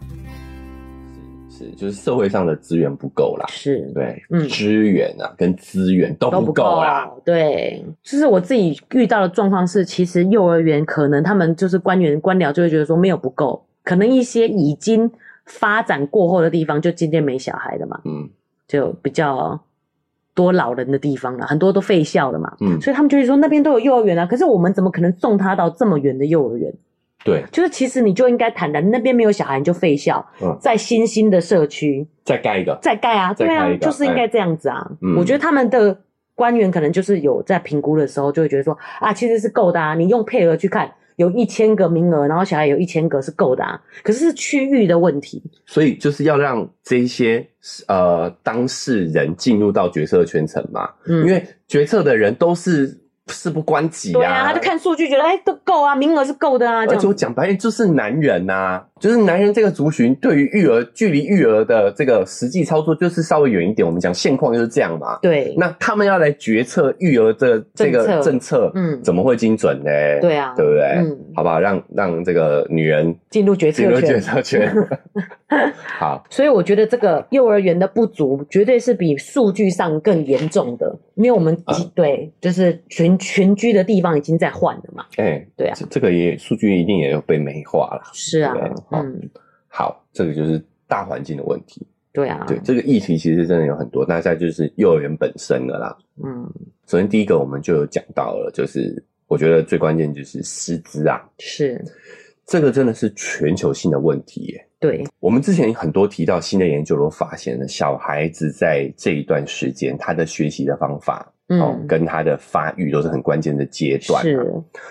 是，就是社会上的资源不够啦，是对，嗯资源啊跟资源都都不不够啊够啊啦。。对，就是我自己遇到的状况是，其实幼儿园可能他们就是官员官僚就会觉得说没有不够，可能一些已经发展过后的地方，就渐渐没小孩了嘛，嗯就比较多老人的地方了，很多都废校了嘛。嗯，所以他们就会说那边都有幼儿园啊，可是我们怎么可能送他到这么远的幼儿园？对，就是其实你就应该坦然，那边没有小孩你就废校，嗯在新兴的社区再盖一个。再盖啊，再对盖啊一，个就是应该这样子啊。嗯我觉得他们的官员可能就是有在评估的时候就会觉得说啊，其实是够的啊，你用配额去看。有一千个名额，然后小孩有一千个是够的啊，可是是区域的问题，所以就是要让这些呃当事人进入到决策圈层嘛，嗯，因为决策的人都是事不关己对啊，他就看数据觉得哎都够啊，名额是够的啊，这而样且我讲白了就是男人呐、就是男人这个族群对于育儿距离育儿的这个实际操作就是稍微远一点。我们讲现况就是这样嘛。对，那他们要来决策育儿的这政个策政策，嗯怎么会精准呢？对啊对不对？嗯好不好？让让这个女人进入决策进入圈决策圈。 好，所以我觉得这个幼儿园的不足，绝对是比数据上更严重的，因为我们、啊对就是群群居的地方已经在换了嘛。哎、对啊这这个也数据一定也有被美化了。是啊对，好嗯，好，这个就是大环境的问题。对啊，对，这个议题其实真的有很多，那再就是幼儿园本身了啦。嗯，首先第一个我们就有讲到了，就是我觉得最关键就是师资啊，是，这个真的是全球性的问题耶。对，我们之前很多提到新的研究都发现了，小孩子在这一段时间他的学习的方法、哦嗯，跟他的发育都是很关键的阶段、啊。是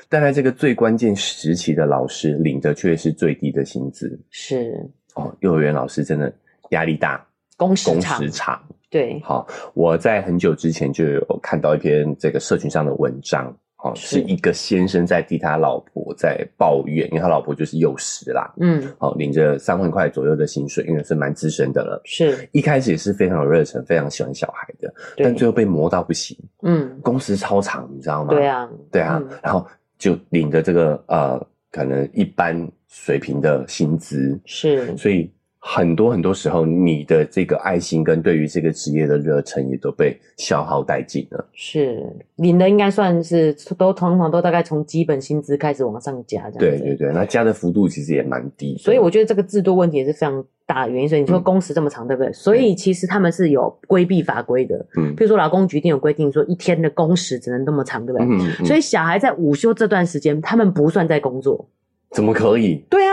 但在这个最关键时期的老师领的却是最低的薪资是哦，幼儿园老师真的压力大，工时工长时长，对，好，我在很久之前就有看到一篇这个社群上的文章，好，是是一个先生在替他老婆在抱怨，因为他老婆就是幼师啦，嗯，好，领着三万块左右的薪水，因为是蛮资深的了。是，一开始也是非常有热忱，非常喜欢小孩的，但对，最后被磨到不行，嗯，工时超长，你知道吗？对，啊，对啊，嗯然后就领着这个呃，可能一般水平的薪资，是，所以很多很多时候，你的这个爱心跟对于这个职业的热忱也都被消耗殆尽了。是，领的应该算是都通常都大概从基本薪资开始往上加，这样对子对。对，那加的幅度其实也蛮低的。所以我觉得这个制度问题也是非常大的原因。所以你说嗯工时这么长，对不对？所以其实他们是有规避法规的，嗯比如说劳工局定有规定说一天的工时只能这么长，对不对？嗯，嗯所以小孩在午休这段时间，他们不算在工作。怎么可以？对啊，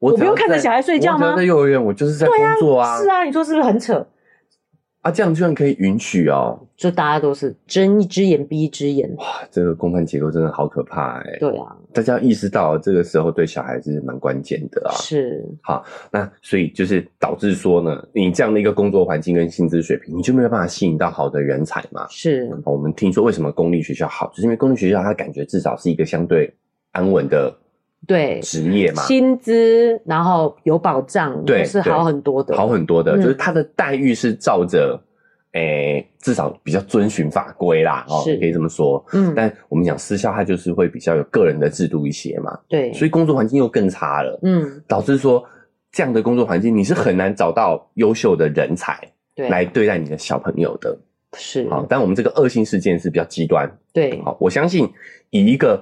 我我只不要用看着在小孩睡觉我只要吗在幼儿园，我就是在工对啊作啊。是啊，你说是不是很扯？啊，这样居然可以允许哦！就大家都是睁一只眼闭一只眼。哇，这个公判结构真的好可怕哎、对啊，大家要意识到这个时候对小孩是蛮关键的啊。是，那所以就是导致说呢，你这样的一个工作环境跟薪资水平，你就没有办法吸引到好的人才嘛。是，我们听说为什么公立学校好，就是因为公立学校它感觉至少是一个相对安稳的对，职业嘛，薪资然后有保障，对是好很多的。好很多的，嗯就是它的待遇是照着，诶、至少比较遵循法规啦，哦，是可以这么说。嗯，但我们讲私校，它就是会比较有个人的制度一些嘛，对，所以工作环境又更差了，嗯，导致说这样的工作环境，你是很难找到优秀的人才对，来对待你的小朋友的。是，好，但我们这个恶性事件是比较极端，对，好，我相信以一个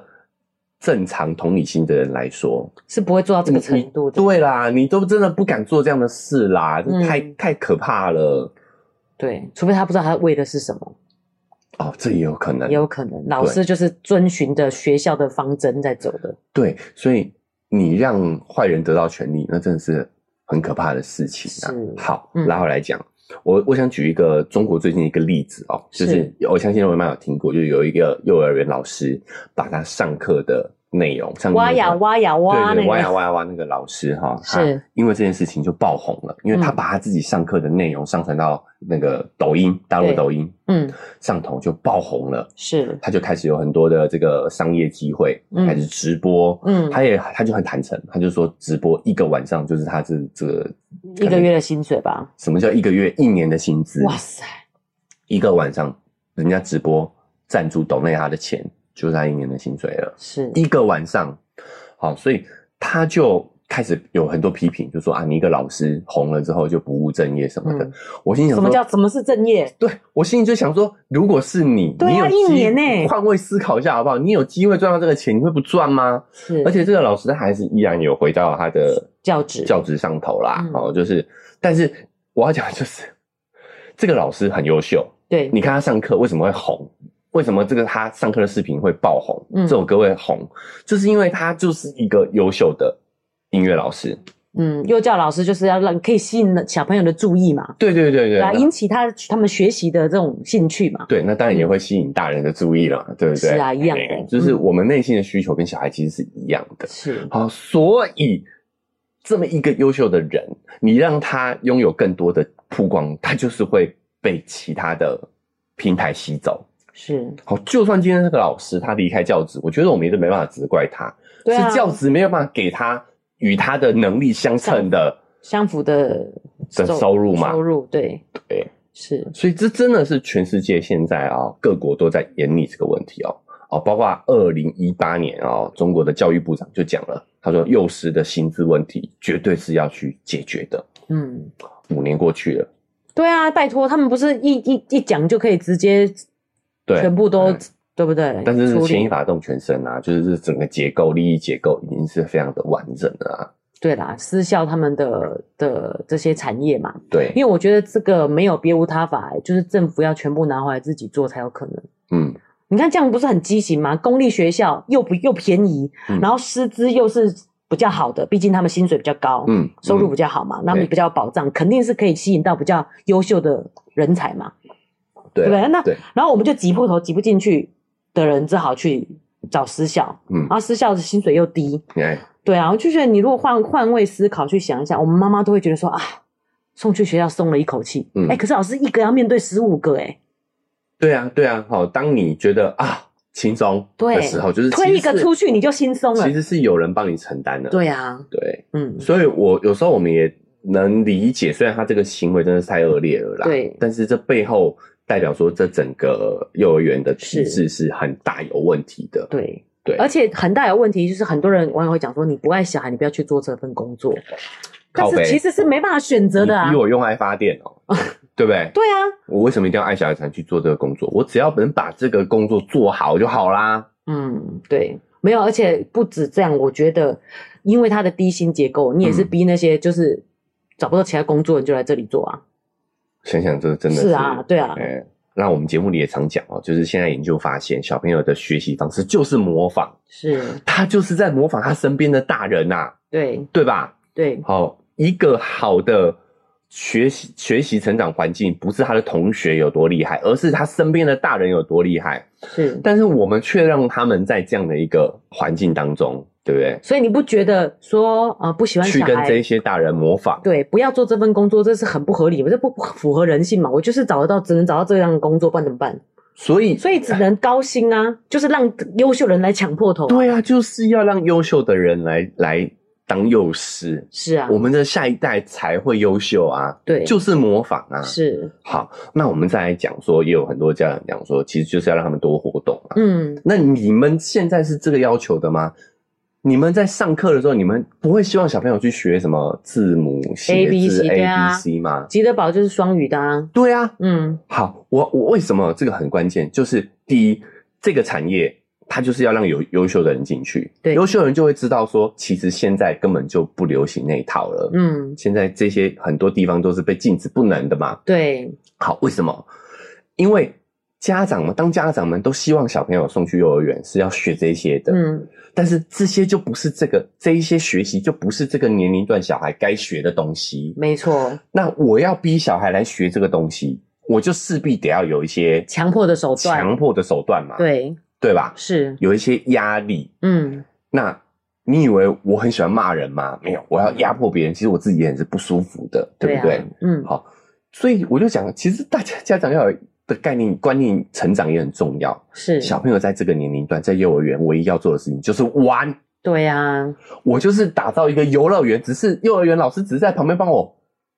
正常同理心的人来说，是不会做到这个程度的。对啦，你都真的不敢做这样的事啦，这嗯太、太可怕了。对，除非他不知道他为的是什么，哦，这也有可能也，有可能老师就是遵循着学校的方针在走的。对，所以你让坏人得到权利，那真的是很可怕的事情啊是。好，嗯然后来讲，我我想举一个中国最近一个例子哦，就是是我相信我们有听过，就是有一个幼儿园老师把他上课的内容，上课挖内呀容挖呀挖，嗯对那对，挖啊呀个挖呀挖那个老 师哈，他是因为这件事情就爆红了，因为他嗯把他自己上课的内容上传到那个抖音，大陆对抖音，嗯，上头就爆红了，是，他就开始有很多的这个商业机会，嗯开始直播，嗯他也他就很坦诚，他就说直播一个晚上就是他这这个一个月的薪水吧。什么叫一个月一年的薪资，哇塞，一个晚上人家直播赞助抖内他的钱就是他一年的薪水了。是，一个晚上，好，所以他就开始有很多批评，就说啊，你一个老师红了之后就不务正业什么的。嗯我心里想什说，么叫什么是正业？对我心里就想说，如果是你，对你啊有机一年欸换位思考一下好不好？你有机会赚到这个钱，你会不赚吗？是，而且这个老师他还是依然有回到他的教职教职上头啦。嗯哦，就是，但是我要讲的就是，这个老师很优秀，对，你看他上课为什么会红？为什么这个他上课的视频会爆红？嗯这首歌会红，就是因为他就是一个优秀的音乐老师。嗯，幼教老师就是要让可以吸引小朋友的注意嘛，对对对对，对啊，那引起他他们学习的这种兴趣嘛。对，那当然也会吸引大人的注意了，对不对？嗯是啊一样的哎就是我们内心的需求跟小孩其实是一样的。是，好，所以这么一个优秀的人，你让他拥有更多的曝光，他就是会被其他的平台吸走。是，好，就算今天这个老师他离开教职，我觉得我们也是没办法责怪他，对啊是教职没有办法给他与他的能力相称的相符的的收入嘛收入对对，是，所以这真的是全世界现在啊、各国都在严厉这个问题哦。哦，包括二零一八年哦，中国的教育部长就讲了，他说幼师的薪资问题绝对是要去解决的。嗯，五年过去了，对啊，拜托，他们不是一一一讲就可以直接对全部都嗯对不对？但是处理牵一发动全身啊，就是这整个结构利益结构已经是非常的完整了啊。对啦，私校他们的的这些产业嘛，对，因为我觉得这个没有别无他法、欸就是政府要全部拿回来自己做才有可能。嗯，你看这样不是很畸形吗？公立学校又不又便宜，嗯然后师资又是比较好的，毕竟他们薪水比较高，嗯，收入嗯比较好嘛，那么对比较有保障，肯定是可以吸引到比较优秀的人才嘛。对对不啊对那对，然后我们就挤破头挤不进去的人，只好去找私校，嗯然后私校的薪水又低，哎，对啊，我就觉得你如果换换位思考去想一想，我们妈妈都会觉得说啊，送去学校松了一口气。嗯哎、可是老师一个要面对十五个、哎，对啊，对啊，好，当你觉得啊轻松对的时候，就是推一个其实是出去你就轻松了其实是有人帮你承担的。对啊，对，嗯，所以我有时候我们也能理解，虽然他这个行为真的是太恶劣了啦，对但是这背后代表说这整个幼儿园的体制是很大有问题的。对。对，而且很大有问题，就是很多人网友会讲说，你不爱小孩，你不要去做这份工作。但靠是北其实是没办法选择的啊你逼。我用爱发电哦、 对不对？对啊，我为什么一定要爱小孩才去做这个工作？我只要能把这个工作做好就好啦。嗯，对，没有，而且不止这样，我觉得，因为它的低薪结构，你也是嗯逼那些就是找不到其他工作，你就来这里做啊。想想这真的是啊，对啊，嗯，那我们节目里也常讲哦，就是现在研究发现，小朋友的学习方式就是模仿，是，他就是在模仿他身边的大人呐、对对吧？对，好，一个好的学习学习成长环境，不是他的同学有多厉害，而是他身边的大人有多厉害。是。但是我们却让他们在这样的一个环境当中，对不对？所以你不觉得说呃不喜欢去小跟这孩，些大人模仿，对，不要做这份工作，这是很不合理，这不不符合人性嘛？我就是找得到，只能找到这样的工作，不然怎么办？所以哎所以只能高薪啊，就是让优秀人来抢破头啊、对啊，就是要让优秀的人来来当幼师，是啊，我们的下一代才会优秀啊。对就是模仿啊。是，好，那我们再来讲说，也有很多家长讲说，其实就是要让他们多活动啊嘛。嗯，那你们现在是这个要求的吗？你们在上课的时候，你们不会希望小朋友去学什么字母、 A 写 B 字 C，对 A 啊 B C 吗？吉德堡就是双语的啊，对啊，嗯，好，我我为什么这个很关键？就是第一，这个产业它就是要让有优秀的人进去，对优秀的人就会知道说，其实现在根本就不流行那一套了，，嗯，现在这些很多地方都是被禁止不能的嘛，对，好，为什么？因为家长们，当家长们都希望小朋友送去幼儿园是要学这些的，嗯，但是这些就不是这个这一些学习就不是这个年龄段小孩该学的东西。没错，那我要逼小孩来学这个东西，我就势必得要有一些强迫的手段强迫的手段嘛，对，对吧？是，有一些压力。嗯，那你以为我很喜欢骂人吗？没有，我要压迫别人，其实我自己也很是不舒服的，对啊不对？嗯，好，所以我就讲，其实大家家长要有的概念观念成长也很重要。是，小朋友在这个年龄段，在幼儿园，唯一要做的事情就是玩。对啊呀、我就是打造一个游乐园，只是幼儿园老师只是在旁边帮我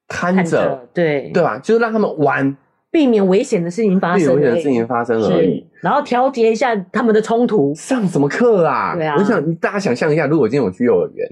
看看着着，，对，对吧？就是让他们玩，避免危险的事情发避生免而已，危险的事情发生而已是。，然后调节一下他们的冲突，上什么课啊？对啊我想大家想象一下，如果今天我去幼儿园，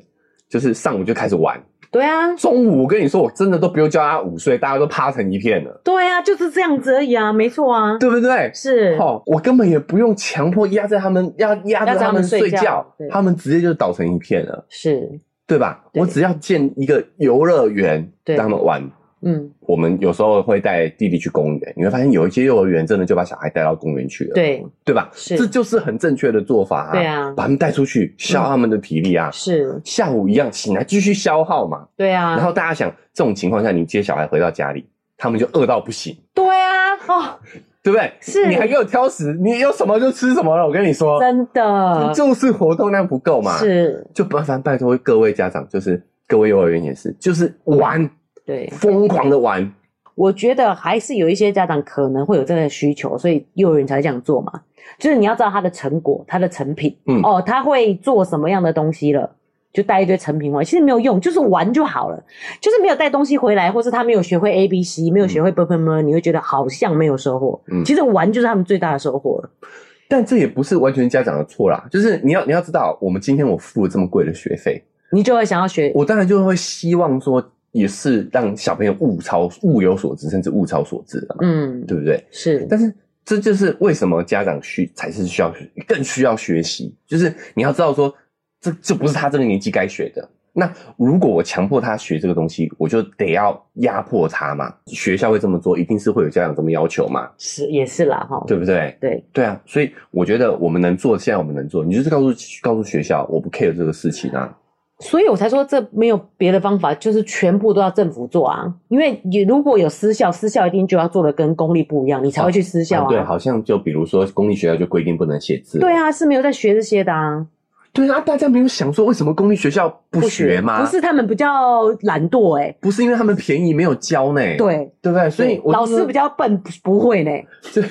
就是上午就开始玩，对啊，中午我跟你说，我真的都不用教他午睡，大家都趴成一片了，对啊，就是这样子而已啊，没错啊，对不对？是，哦，我根本也不用强迫压在他们，压压压着着他他们们睡睡觉觉对，他们直接就倒成一片了，是，对吧？对我只要建一个游乐园对让他们玩。嗯，我们有时候会带弟弟去公园，你会发现有一些幼儿园真的就把小孩带到公园去了，对，对吧？是这就是很正确的做法啊！对啊把他们带出去消耗他们的体力啊，是，下午一样醒来继续消耗嘛。对啊，然后大家想，这种情况下你接小孩回到家里，他们就饿到不行，对啊，哦，对不对？是你还给我挑食，你有什么就吃什么了。我跟你说，真的，就是活动量不够嘛。，是，就麻烦拜托各位家长，就是各位幼儿园也是，就是玩，对，疯狂的玩。我觉得还是有一些家长可能会有这个需求，所以幼儿园才会这样做嘛。就是你要知道他的成果，他的成品，嗯哦，他会做什么样的东西了，就带一堆成品回来，其实没有用，就是玩就好了，就是没有带东西回来，或是他没有学会 A B C，没有学会 b u b m，你会觉得好像没有收获。嗯其实玩就是他们最大的收获了。但这也不是完全家长的错啦，就是你要你要知道，我们今天我付了这么贵的学费，你就会想要学，我当然就会希望说，也是让小朋友物超物有所值，甚至物超所值的嘛，嗯，对不对？是，但是这就是为什么家长需才是需要更需要学习，就是你要知道说，这这不是他这个年纪该学的。那如果我强迫他学这个东西，我就得要压迫他嘛。学校会这么做，一定是会有家长这么要求嘛，是也是啦，哈，对不对？对，对啊，所以我觉得我们能做，现在我们能做，你就是告诉告诉学校，我不 care 这个事情啊。所以我才说这没有别的方法，就是全部都要政府做啊。因为你如果有私校，私校一定就要做的跟公立不一样，你才会去嗯哦私校啊。对，好像就比如说公立学校就规定不能写字，对，啊，是没有在学这些的啊。对啊，大家没有想说为什么公立学校不学吗？不是他们比较懒惰哎、不是因为他们便宜没有教呢，对，对不对？所以我老师比较笨，不不会呢、这这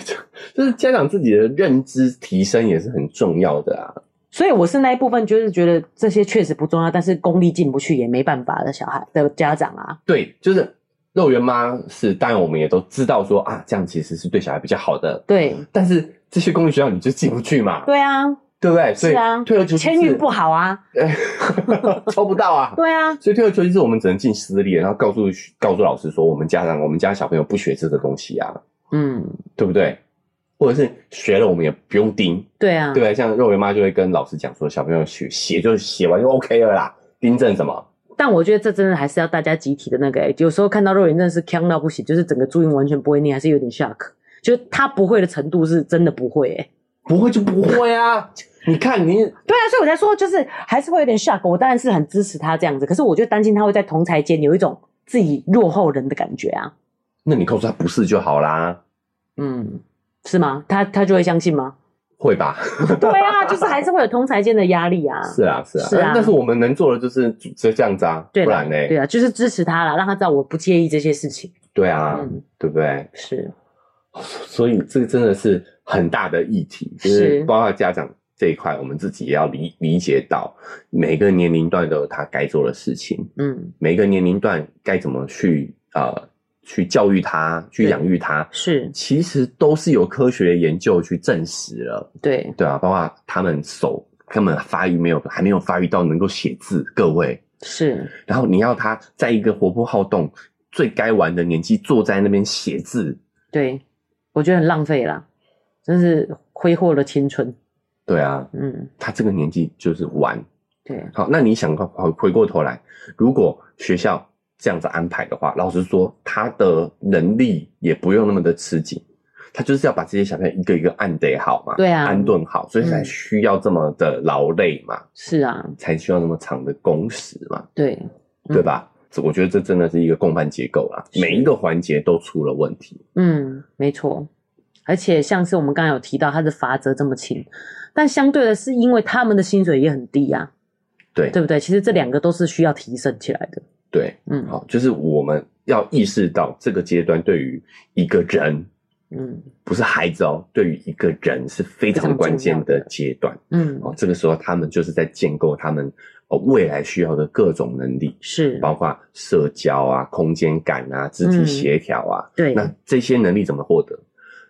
就是家长自己的认知提升也是很重要的啊。所以我是那一部分，就是觉得这些确实不重要，但是功力进不去也没办法的小孩的家长啊，对，就是肉圆妈是，当然我们也都知道说啊，这样其实是对小孩比较好的，对但是这些公立学校你就进不去嘛，对啊，对不对？所以是啊，退而求其次，签运不好啊，哎， 抽不到啊。对啊，所以退而求其次，我们只能进私立，然后告诉告诉老师说，我们家长我们家小朋友不学这个东西啊，嗯，对不对？或者是学了，我们也不用盯，对啊，对不对？像肉圆妈就会跟老师讲说，小朋友写写就写完就 OK 了啦，订正什么？但我觉得这真的还是要大家集体的那个、欸，有时候看到肉圆真的是呛到不行，就是整个注音完全不会念，还是有点 shock，就是他不会的程度是真的不会、欸，不会就不会啊！你看你对啊，所以我才说就是还是会有点 shock，我当然是很支持他这样子，可是我就担心他会在同才间有一种自己落后人的感觉啊，那你告诉他不是就好啦，嗯，是吗？他他就会相信吗？会吧？对啊，就是还是会有同才间的压力啊。是啊，是啊。是啊但是我们能做的就是就这样子啊，对不啦然呢？对啊，就是支持他啦，让他知道我不介意这些事情。对啊，嗯对不对？是，所以这个真的是很大的议题，就是是包括家长这一块，我们自己也要理理解到，每个年龄段都有他该做的事情，嗯，每个年龄段该怎么去呃去教育他，去对养育他，是其实都是有科学研究去证实了。对，对啊，包括他们手根本发育没有，还没有发育到能够写字，各位。是然后你要他在一个活泼好动、最该玩的年纪坐在那边写字，对，我觉得很浪费啦，真是挥霍了青春。对啊，嗯，他这个年纪就是玩。对，好，那你想回回过头来，如果学校这样子安排的话，老实说，他的能力也不用那么的吃紧。他就是要把这些小朋友一个一个按得好嘛，对啊安顿好，所以才嗯需要这么的劳累嘛，是啊，才需要那么长的工时嘛。对，嗯对吧？这我觉得这真的是一个共犯结构啦，是每一个环节都出了问题。嗯，没错。而且像是我们刚刚有提到，他的罚则这么轻，但相对的是因为他们的薪水也很低啊，对对不对？其实这两个都是需要提升起来的。对，嗯，好，就是我们要意识到这个阶段对于一个人，嗯不是孩子哦，对于一个人是非非常常关键重要的的阶段。嗯，哦，这个时候他们就是在建构他们呃未来需要的各种能力，是，包括社交啊、空间感啊、肢体嗯协调啊。对，那这些能力怎么获得？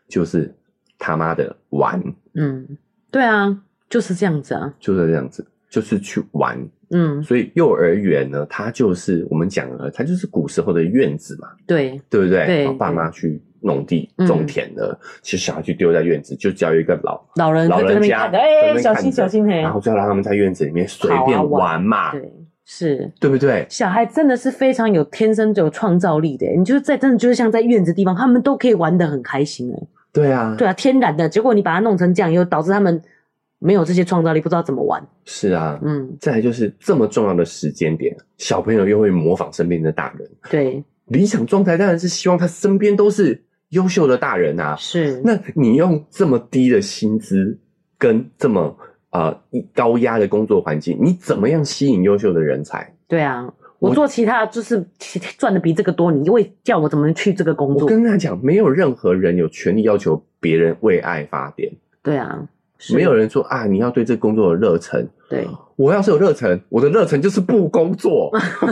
就是他妈的玩，嗯，对啊，就是这样子啊，就是这样子，就是去玩。嗯，所以幼儿园呢，它就是我们讲了，它就是古时候的院子嘛，对，对不对？对然后爸妈去农地嗯种田的，其实小孩去丢在院子，就只要有一个老，老人老会在那人边家看着，在那哎、边小看心着小心嘿，然后就让他们在院子里面随好啊便玩玩嘛，对，是。对不对？小孩真的是非常有天生就有创造力的，欸你就是在真的就是像在院子地方，他们都可以玩得很开心哎。对啊，对啊，天然的，结果你把它弄成这样，又导致他们没有这些创造力，不知道怎么玩。是啊。嗯，再来就是这么重要的时间点，小朋友又会模仿身边的大人，对，理想状态当然是希望他身边都是优秀的大人啊。是，那你用这么低的薪资跟这么呃一高压的工作环境，你怎么样吸引优秀的人才？对啊。我我做其他就是其赚的比这个多，你会叫我怎么去这个工我作？跟他讲，没有任何人有权利要求别人为爱发电，对啊，是没有人说啊，你要对这工作有热忱。对，我要是有热忱，我的热忱就是不工 作，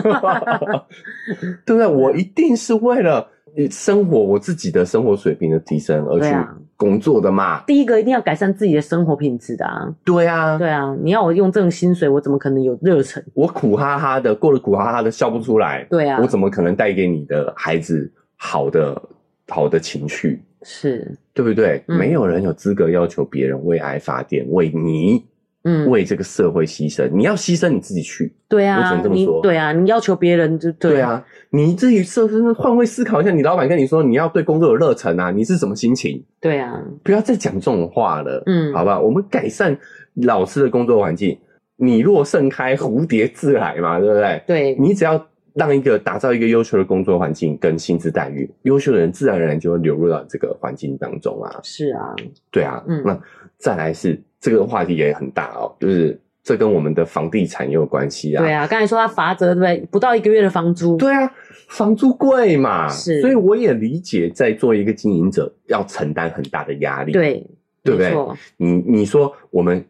对不对？我啊一定是为了生活，我自己的生活水平的提升而对去啊工作的嘛。第一个一定要改善自己的生活品质的啊。对啊，对啊，你要我用这种薪水，我怎么可能有热忱？我苦哈哈的过得苦哈哈的笑不出来，对啊我，怎么可能带给你的孩子好的好的情绪，是，对不对？嗯没有人有资格要求别人为爱发电，为你、嗯，为这个社会牺牲。你要牺牲你自己去，对我只啊能这，么你说对啊，你要求别人就对对，啊，你自己设身换位思考一下。你老板跟你说你要对工作有热忱啊，你是什么心情？对啊，不要再讲这种话了，嗯好吧？我们改善老师的工作环境，你若盛开，蝴蝶自来嘛，对不对？对，你只要让一个打造一个优秀的工作环境跟薪资待遇，优秀的人自然而然就会流入到这个环境当中啊。是啊，对啊，嗯那再来是这个话题也很大哦，就是这跟我们的房地产也有关系啊。对啊，刚才说他罚则对不对？不到一个月的房租，对啊，房租贵嘛，是所以我也理解，在做一个经营者要承担很大的压力。，对对没不对错你你说我们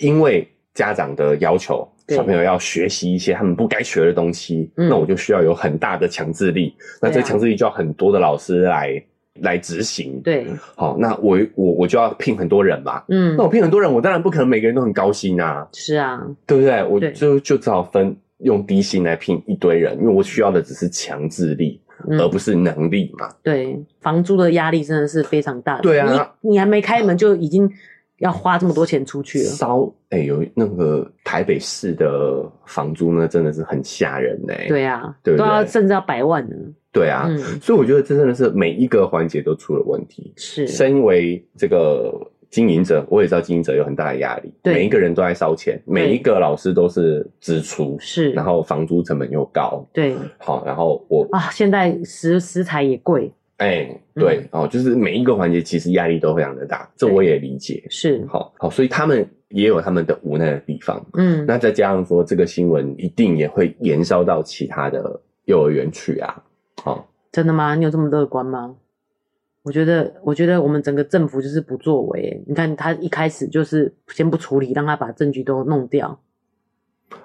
因为家长的要求，对小朋友要学习一些他们不该学的东西，嗯那我就需要有很大的强制力，那这对个啊强制力就要很多的老师来来执行。，对，好，那我我我就要聘很多人嘛。嗯那，我聘很多人，我当然不可能每个人都很高薪啊，是啊，对不对？我对就就只好分用低薪来聘一堆人，因为我需要的只是强制力，而嗯，不是能力嘛。对，房租的压力真的是非常大的。对啊你你还没开门就已经要花这么多钱出去了，烧哎、有那个台北市的房租呢，真的是很吓人呢、对啊，对不都要对甚至要百万呢。对啊，嗯，所以我觉得这真的是每一个环节都出了问题。是，身为这个经营者，我也知道经营者有很大的压力，对每一个人都在烧钱，每一个老师都是支出，是，然后房租成本又高，对好，然后我啊，现在食食材也贵，哎、嗯对，哦，就是每一个环节其实压力都非常的大，这对我也理解。是，好好，所以他们也有他们的无奈的地方。嗯，那再加上说，这个新闻一定也会延烧到其他的幼儿园去啊。好、真的吗？你有这么乐观吗？我觉得，我觉得我们整个政府就是不作为。欸你看，他一开始就是先不处理，让他把证据都弄掉。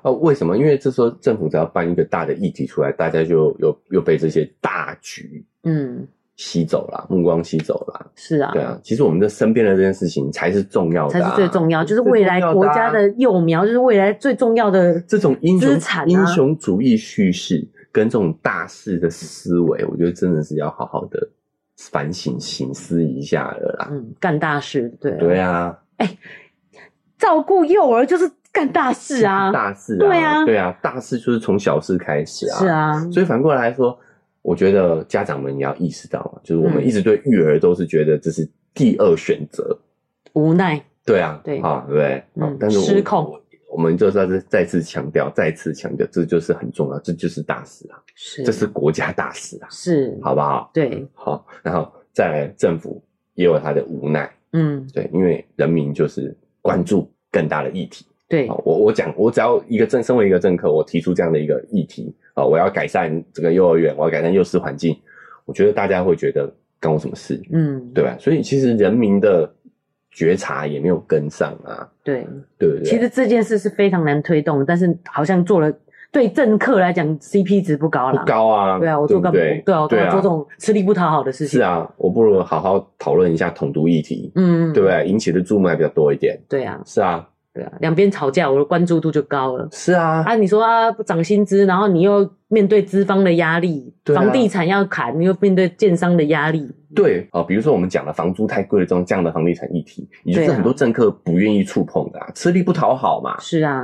哦，为什么？因为这时候政府只要办一个大的议题出来，大家就又又被这些大局嗯，吸走了，目光吸走了。是啊，对啊，其实我们的身边的这件事情才是重要的才啊、是最重要，就是最未重来要国啊家的幼苗，就是未来最重要的这种英雄资产啊英雄主义叙事跟这种大事的思维，我觉得真的是要好好的反省醒思一下了啦。嗯，干大事，对啊对啊，照顾幼儿就是干大事啊，大事啊，对啊对啊，大事就是从小事开始啊。是啊，所以反过来说，我觉得家长们也要意识到啊，就是我们嗯一直对育儿都是觉得这是第二选择，无奈，对啊，对啊，对不对，嗯啊但是我失控我我们就是要再再次强调，再次强调，这就是很重要，这就是大事啊，是这是国家大事啊，是，好不好？对，好，然后再来，政府也有他的无奈，嗯，对，因为人民就是关注更大的议题。对好，我我讲，我只要一个政，身为一个政客，我提出这样的一个议题啊、我要改善这个幼儿园，我要改善幼师环境，我觉得大家会觉得干我什么事，嗯，对吧？所以其实人民的觉察也没有跟上啊，对，对不对？其实这件事是非常难推动的，但是好像做了，对政客来讲，CP 值不高不啦。高啊，对啊，我对做不干嘛？对对啊，我干嘛啊做这种吃力不讨好的事情？是，啊，我不如好好讨论一下统独议题，嗯，对不对？引起的注目还比较多一点，对啊，是啊，对啊，两边吵架，我的关注度就高了。是啊，啊，你说啊，不涨薪资，然后你又面对资方的压力，对啊房地产要砍，你又面对建商的压力，对啊、比如说我们讲的房租太贵了这种这样的房地产议题，也就对是啊很多政客不愿意触碰的、啊，吃力不讨好嘛，是啊，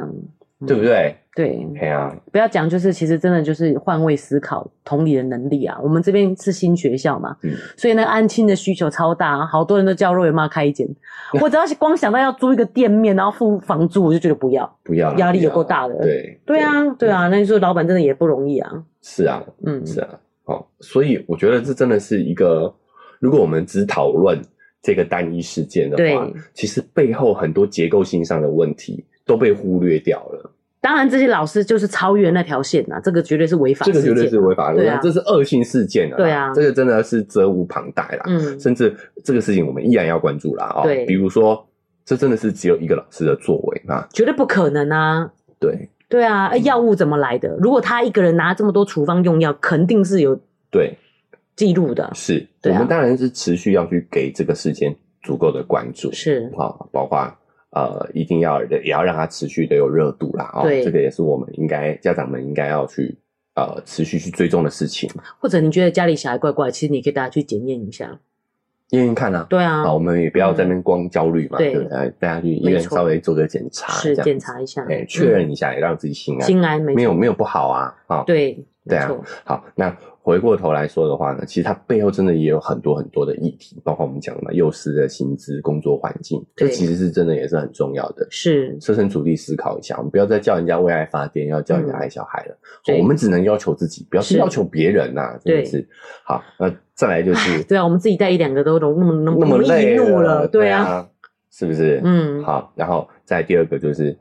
对不对？对，哎呀，不要讲，就是其实真的就是换位思考、同理的能力啊。我们这边是新学校嘛，嗯所以呢，安亲的需求超大、啊，好多人都叫肉圆妈开一 间。我只要是光想到要租一个店面，然后付房租，我就觉得不要。不要啦压力不要有够啦大的对对，啊，对啊，那你说老板真的也不容易啊。是啊，嗯，是啊，好、所以我觉得这真的是一个，如果我们只讨论这个单一事件的话对，其实背后很多结构性上的问题都被忽略掉了，当然这些老师就是超越那条线呐、啊，这个绝对是违法这事个件。绝对是违法的，对啊这是恶性事件了啦，对啊这个真的是责无旁贷啦，嗯，甚至这个事情我们依然要关注啦哦。对比如说，这真的是只有一个老师的作为啊。绝对不可能啊。对对啊，嗯哎药物怎么来的？如果他一个人拿这么多处方用药，肯定是有对，记录的。是、对啊我们当然是持续要去给这个事件足够的关注，是，好，包括。呃，一定要也要让它持续的有热度啦，哦，对这个也是我们应该家长们应该要去呃持续去追踪的事情，或者你觉得家里小孩怪怪，其实你可以带他去检验一下。验验看啊，对啊、啊，我们也不要在那边光焦虑嘛，嗯对对不对？带他去医院没错稍微做个检查，是这样检查一下，哎、确认一下，也让自己心嗯安，心安没没有没有，有不好啊，啊、对，没对啊错，好，那回过头来说的话呢，其实它背后真的也有很多很多的议题，包括我们讲的嘛，幼师的薪资、工作环境，这对其实是真的也是很重要的。是设身处地思考一下，我们不要再叫人家为爱发电，要叫人家嗯爱小孩了。对我们只能要求自己，不要去是要求别人呐、真的对是。好，那再来 就是对啊，我们自己带一两个都容那么那那么么易累怒了，啊对啊啊，是不是？嗯好，然后再第二个就是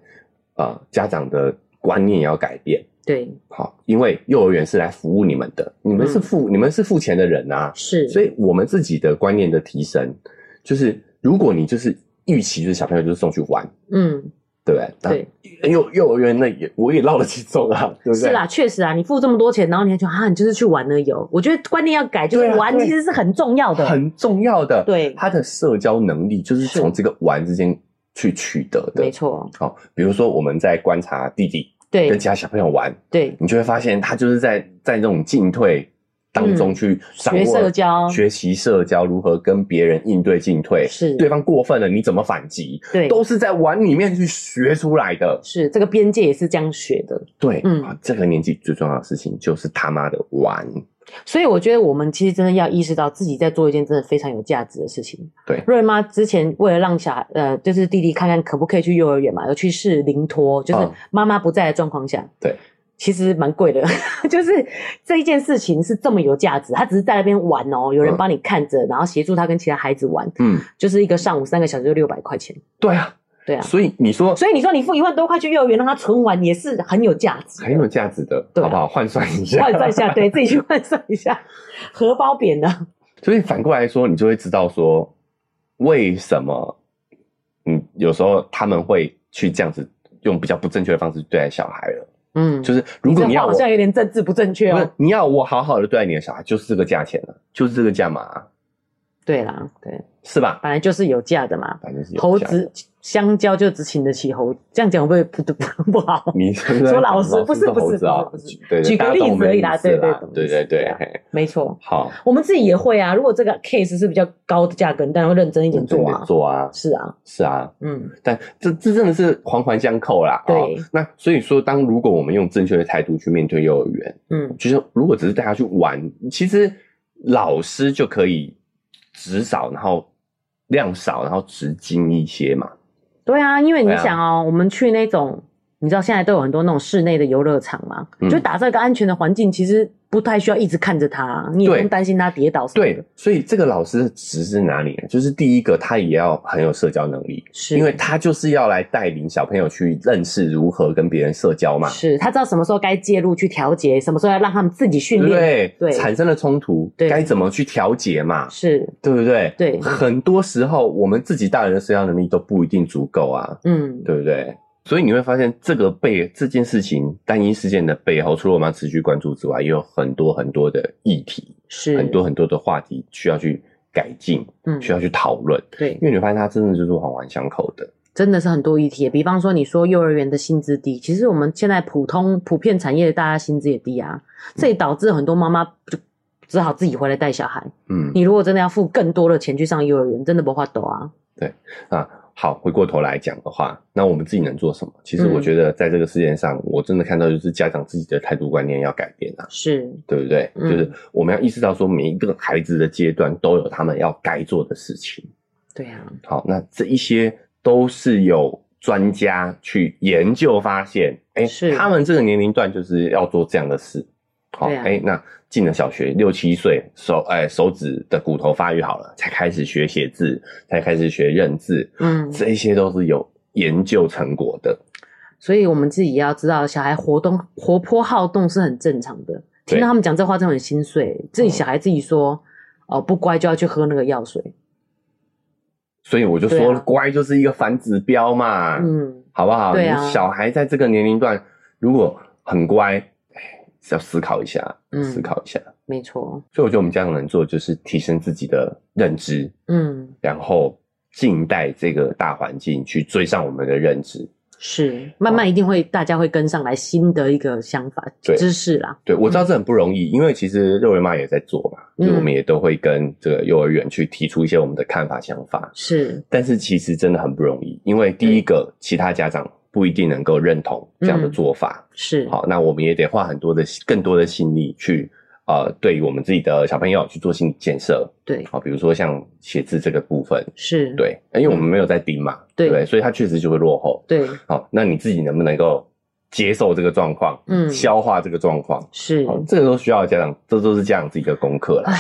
呃家长的观念也要改变。对，好，因为幼儿园是来服务你们的，你们嗯是付、你们是付钱的人啊，是，所以以我们自己的观念的提升，就是如果你就是预期就是小朋友就是送去玩，嗯，对不啊对？对，对，幼幼儿园那也我也闹得轻松 啊，对不对？是啦，确实啊，你付这么多钱，然后你还觉得啊，你就是去玩而已哦。我觉得观念要改，就是对啊玩对其实是很重要的，很重要的，对他的社交能力就是是从这个玩之间去取得的，没。错，好、比如说我们在观察弟弟跟对其他小朋友玩，对，你就会发现他就是在在这种进退当中嗯去掌握、学社交学习社交如何跟别人应对进退，是对方过分了你怎么反击，对，都是在玩里面去学出来的。是这个边界也是这样学的。对，嗯啊，这个年纪最重要的事情就是他妈的玩，所以我觉得我们其实真的要意识到自己在做一件真的非常有价值的事情。对瑞妈之前为了让小孩，呃，就是弟弟看看可不可以去幼儿园嘛，有去试零托，就是嗯妈妈不在的状况下。对。其实蛮贵的， 就是这一件事情是这么有价值，他只是在那边玩哦，有人嗯帮你看着，然后协助他跟其他孩子玩，嗯，就是一个上午三个小时就六百块钱，对啊，对啊，所以你说所以你说你付一万多块去幼儿园让他存完也是很有价值的，很有价值的，对啊好不好？换算一下，换算一 下，对自己去换算一下， 荷包扁啊了，所以反过来说，你就会知道说，为什么，嗯，有时候他们会去这样子用比较不正确的方式对待小孩了。嗯，就是如果你这话要我好，像有点政治不正确不哦是。你要我好好的对待你的小孩，就是这个价钱了、就是这个价码啊、对啦，对，是吧？本来就是有价的嘛。反正是有猴价子香蕉就只请得起猴，这样讲会不会不不不好？你是不说是在老讲师不是是不是猴子啊不是不是对，对举个大家懂例我子们而的已意啦思对啦对懂啊对对意对思，嘿没错，好，我们自己也会啊。如果这个 case 是比较高的价格，你当然会认真一点做认真啊地。做啊，是啊，是啊，嗯，但这这真的是环环相扣啦。对哦那所以说，当如果我们用正确的态度去面对幼儿园，嗯，就是如果只是带他去玩，其实老师就可以值少，然后量少，然后直精一些嘛。对啊，因为你对啊想哦，我们去那种。你知道现在都有很多那种室内的游乐场嘛，嗯就打造一个安全的环境，其实不太需要一直看着他、你也不对用担心他跌倒什么的。对，所以这个老师的值是哪里呢？就是第一个，他也要很有社交能力，是因为他就是要来带领小朋友去认识如何跟别人社交嘛。是他知道什么时候该介入去调节，什么时候要让他们自己训练。对对产生了冲突，对该怎么去调节嘛？是，对不对？对很多时候我们自己大人的社交能力都不一定足够啊，嗯，对不对？所以你会发现，这个背这件事情单一事件的背后，除了我们要持续关注之外，也有很多很多的议题，是很多很多的话题需要去改进，嗯需要去讨论。对因，为你会发现，它真的就是环环相扣的。真的是很多议题。比方说，你说幼儿园的薪资低，其实我们现在普通普遍产业大家薪资也低啊，嗯这也导致很多妈妈就只好自己回来带小孩。嗯你如果真的要付更多的钱去上幼儿园，真的不花抖啊。啊，好，回过头来讲的话，那我们自己能做什么？其实我嗯觉得，在这个世界上，我真的看到就是家长自己的态度观念要改变啊。是，对不对？嗯就是我们要意识到说，每一个孩子的阶段都有他们要该做的事情。对啊，好，那这一些都是有专家去研究发现，哎，是他们这个年龄段就是要做这样的事。好，对啊哎、那进了小学六七岁，手哎手指的骨头发育好了，才开始学写字，才开始学认字，嗯，这一些都是有研究成果的。所以我们自己也要知道，小孩活动活泼好动是很正常的。对嗯听到他们讲这话，真的很心碎。自己小孩自己说，哦、不乖就要去喝那个药水。所以我就对说，啊乖就是一个反指标嘛。嗯，好不好？对啊你小孩在这个年龄段如果很乖，哎是要思考一下，嗯思考一下。没错。所以我觉得我们家长能做的就是提升自己的认知，嗯，然后静待这个大环境去追上我们的认知。是，慢慢一定会，大家会跟上来新的一个想法、对知识啦。对我知道这很不容易，因为其实幼儿园妈也在做嘛，嗯就我们也都会跟这个幼儿园去提出一些我们的看法、想法。是，但是其实真的很不容易，因为第一个，其他家长不一定能够认同这样的嗯做法。是，好，那我们也得花很多的更多的心力去呃，对于我们自己的小朋友去做心理建设。对，好，比如说像写字这个部分，是，对，因为我们没有在盯嘛，对不对，所以他确实就会落后。对，好，那你自己能不能够接受这个状况，嗯消化这个状况？是，好，这个都需要家长，这都是家长自己的功课了。唉，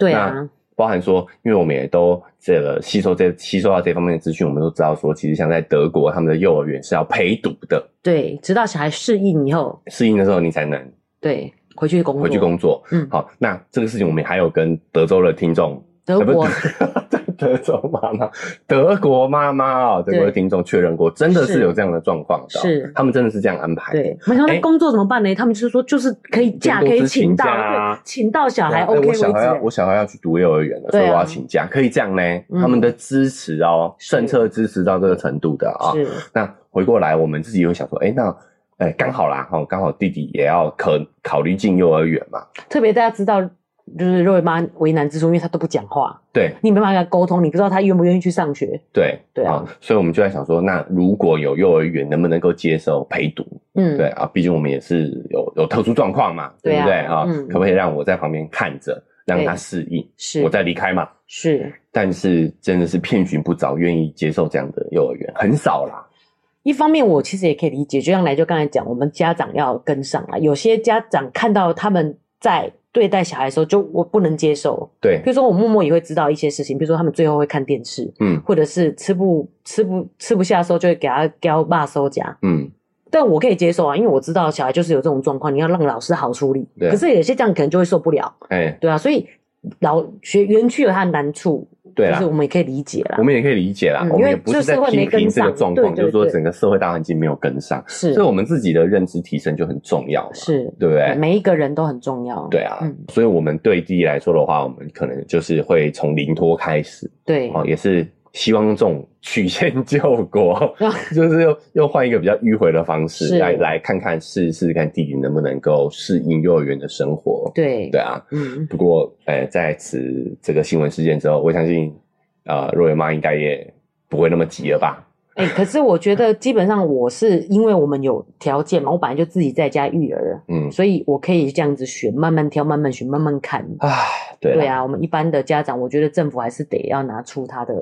对啊，包含说，因为我们也都这个吸收这吸收到这方面的资讯，我们都知道说，其实像在德国，他们的幼儿园是要陪读的，对，直到小孩适应以后，适应的时候你才能对，回去工作，回去工作。嗯好，那这个事情我们还有跟德州的听众，德国呃不是德州妈妈， 德国妈妈啊，德国的对听众确认过，真的是是有这样的状况的，啊是他们真的是这样安排的。对，我想哎那工作怎么办呢？他们就是说，就是可以假，顶可多以是请请到，假啊对请到小孩哎 OK 我为止小孩要我。小孩要去读幼儿园了，所以对我啊要请假，可以这样呢？嗯他们的支持哦，是政策支持到这个程度的啊。是，那回过来，我们自己会想说，哎，那。哎，刚好啦，哈，刚好弟弟也要考考虑进幼儿园嘛，特别大家知道，就是瑞妈为难之处，因为她都不讲话，对你没办法跟她沟通，你不知道她愿不愿意去上学。对哦对啊所以我们就在想说，那如果有幼儿园，能不能够接受陪读？嗯，对，啊，毕竟我们也是有有特殊状况嘛，对不啊对啊？嗯可不可以让我在旁边看着，让对他适应，是我再离开嘛？是但是真的是遍寻不着愿意接受这样的幼儿园，很少啦。一方面，我其实也可以理解，就像来就刚才讲，我们家长要跟上来。有些家长看到他们在对待小孩的时候，就我不能接受。对比，如说，我默默也会知道一些事情，比如说他们最后会看电视，嗯或者是吃不吃不吃不下的时候，就会给他给他爸收夹。嗯，但我可以接受啊，因为我知道小孩就是有这种状况，你要让老师好处理。对啊可是有些这样可能就会受不了，哎、对啊，所以老学园区有它的难处，对就啦是我，们也可以理解啦。我们也可以理解啦，嗯我们因也为不是在这社会没批评跟这上个状况，对对就是说对整个社会大环境没有跟上，是所以我们自己的认知提升就很重要嘛，是，对不对？每一个人都很重要。对啊，嗯，所以我们对弟弟来说的话，我们可能就是会从零托开始，对，哦，也是希望这种曲线救 国啊， 就是又又换一个比较迂回的方式是来来看看试试看弟弟能不能够适应幼儿园的生活。对对，啊，嗯，不过呃，在此这个新闻事件之后，我相信呃，若元妈应该也不会那么急了吧？哎、可是我觉得基本上我是因为我们有条件嘛，我本来就自己在家育儿，嗯，所以我可以这样子选，慢慢挑，慢慢选，慢慢看。唉，对对啦，啊，我们一般的家长，我觉得政府还是得要拿出他的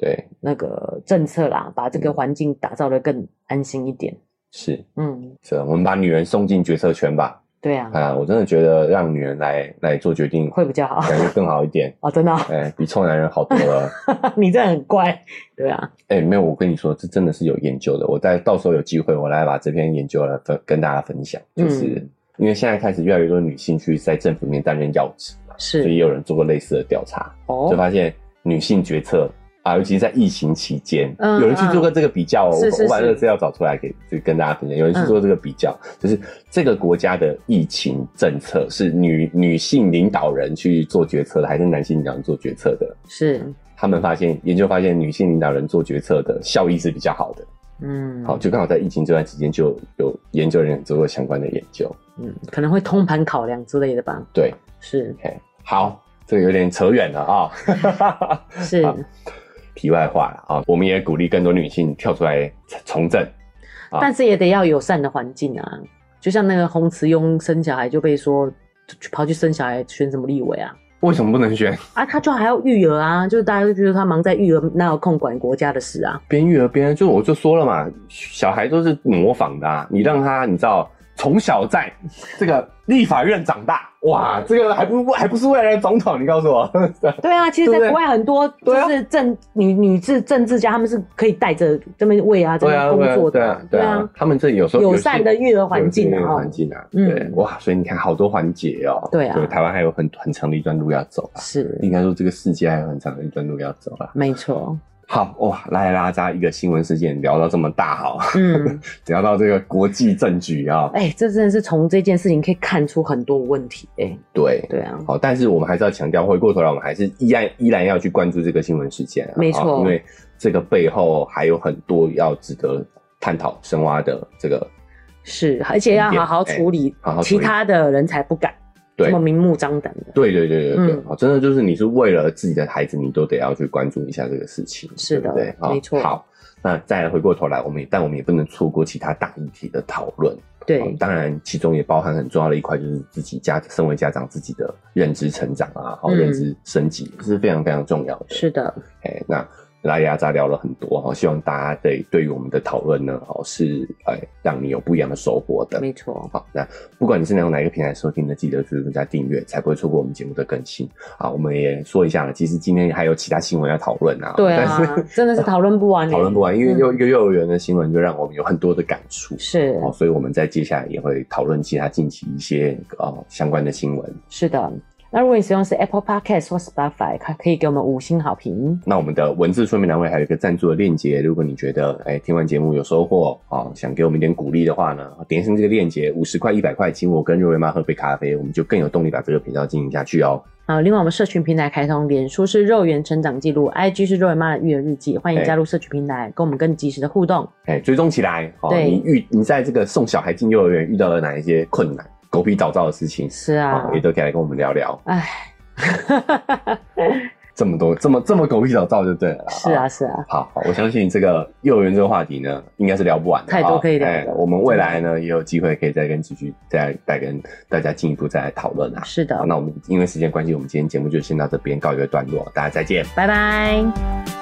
对，那个政策啦，把这嗯个环境打造的更安心一点。是嗯，这，我们把女人送进决策圈吧。对啊，啊，我真的觉得让女人来来做决定会比较好。感觉更好一点哦，真的哦、哦哎，比臭男人好多了。 你这很乖。对啊，哎，没有，我跟你说，这真的是有研究的。我在到时候有机会，我来把这篇研究来分跟大家分享。就是、嗯因为现在开始越来越多女性去在政府里面担任要职嘛，所以也是有人做过类似的调查，就哦，发现女性决策啊，尤其是在疫情期间，嗯有人去做过这个比较、哦。是是我我把是嗯这个资料找出来给就跟大家分享。有人去做这个比较，就是这个国家的疫情政策是女女性领导人去做决策的，还是男性领导人做决策的？是，他们发现研究发现，女性领导人做决策的效益是比较好的。嗯，好，，就刚好在疫情这段期间，就有研究人员做过相关的研究。嗯，可能会通盘考量之类的吧。对是，OK，好，这个有点扯远了啊、 是。好题外话了啊、我们也鼓励更多女性跳出来从政。啊但是也得要友善的环境啊。就像那个洪慈庸生小孩就被说就跑去生小孩选什么立委啊为什么不能选？啊，他就还要育儿啊，就是大家就觉得他忙在育儿，哪有空管国家的事啊？边育儿边就我就说了嘛，小孩都是模仿的、啊，你让他你知道从小在 这个立法院长大，哇，这个还不还不是未来的总统？你告诉我，对啊，其实，在对不对国外很多对啊就是政、女女治政治家，他们是可以带着这边喂啊，这对边啊，工对啊作对的啊，对啊，他们这有时候友有些善的育儿环境有些育啊儿哦环境啊，嗯对，哇，所以你看好多环节哦，对啊台湾还有很很长的一段路要走啊，是应该说这个世界还有很长的一段路要走啊。没错，好哇，拉里拉扎一个新闻事件聊到这么大哈，嗯， 聊到这个国际政局啊，哎、这真的是从这件事情可以看出很多问题、哎，对。对啊，好，但是我们还是要强调，回过头来，我们还是依然依然要去关注这个新闻事件啊，没错啊因为这个背后还有很多要值得探讨、深挖的这个是，而且要好好哎处理，好好处其理他的人才不敢对这么明目张胆的。对对对对对，嗯哦，真的就是你是为了自己的孩子，你都得要去关注一下这个事情，是的对不对？哦没错好，那再回过头来，我们也但我们也不能错过其他大议题的讨论。哦对，当然其中也包含很重要的一块，就是自己家身为家长自己的认知成长啊，好、嗯认知升级是非常非常重要的。是的，哎，那拉雅杂聊了很多哈，希望大家对对于我们的讨论呢，哦是哎让你有不一样的收获的。没错，好，那不管你是用哪一个平台收听的，记得追踪加订阅，才不会错过我们节目的更新啊。我们也说一下了，其实今天还有其他新闻要讨论啊，对但啊 是，真的是讨论不完欸，讨论不完，因为嗯又一个幼儿园的新闻就让我们有很多的感触。是哦，所以我们在接下来也会讨论其他近期一些哦相关的新闻。是的。那如果你使用是 Apple Podcast 或 Spotify，可可以给我们五星好评。那我们的文字说明栏位还有一个赞助的链接，如果你觉得哎听完节目有收获哦，想给我们一点鼓励的话呢，点上这个链接，五十块、一百块，请我跟瑞瑞妈喝杯咖啡，我们就更有动力把这个频道经营下去哦。好，啊另外我们社群平台开通，脸书是肉圆成长记录，IG 是肉圆妈的育儿日记，欢迎对加入社群平台，跟我们更及时的互动。哎，追踪起来哦。对你遇你在这个送小孩进幼儿园遇到了哪一些困难、狗屁倒灶的事情，是啊哦，也都可以来跟我们聊聊。哎，这么多，这么这么狗屁倒灶就对了啦。哦是啊，是啊，好，好，我相信这个幼儿园这个话题呢，应该是聊不完的，太多哦可以聊的哎我们未来呢也有机会可以再跟继续再再跟大家进一步再来讨论啊。是的好，那我们因为时间关系，我们今天节目就先到这边告一个段落，大家再见。拜拜。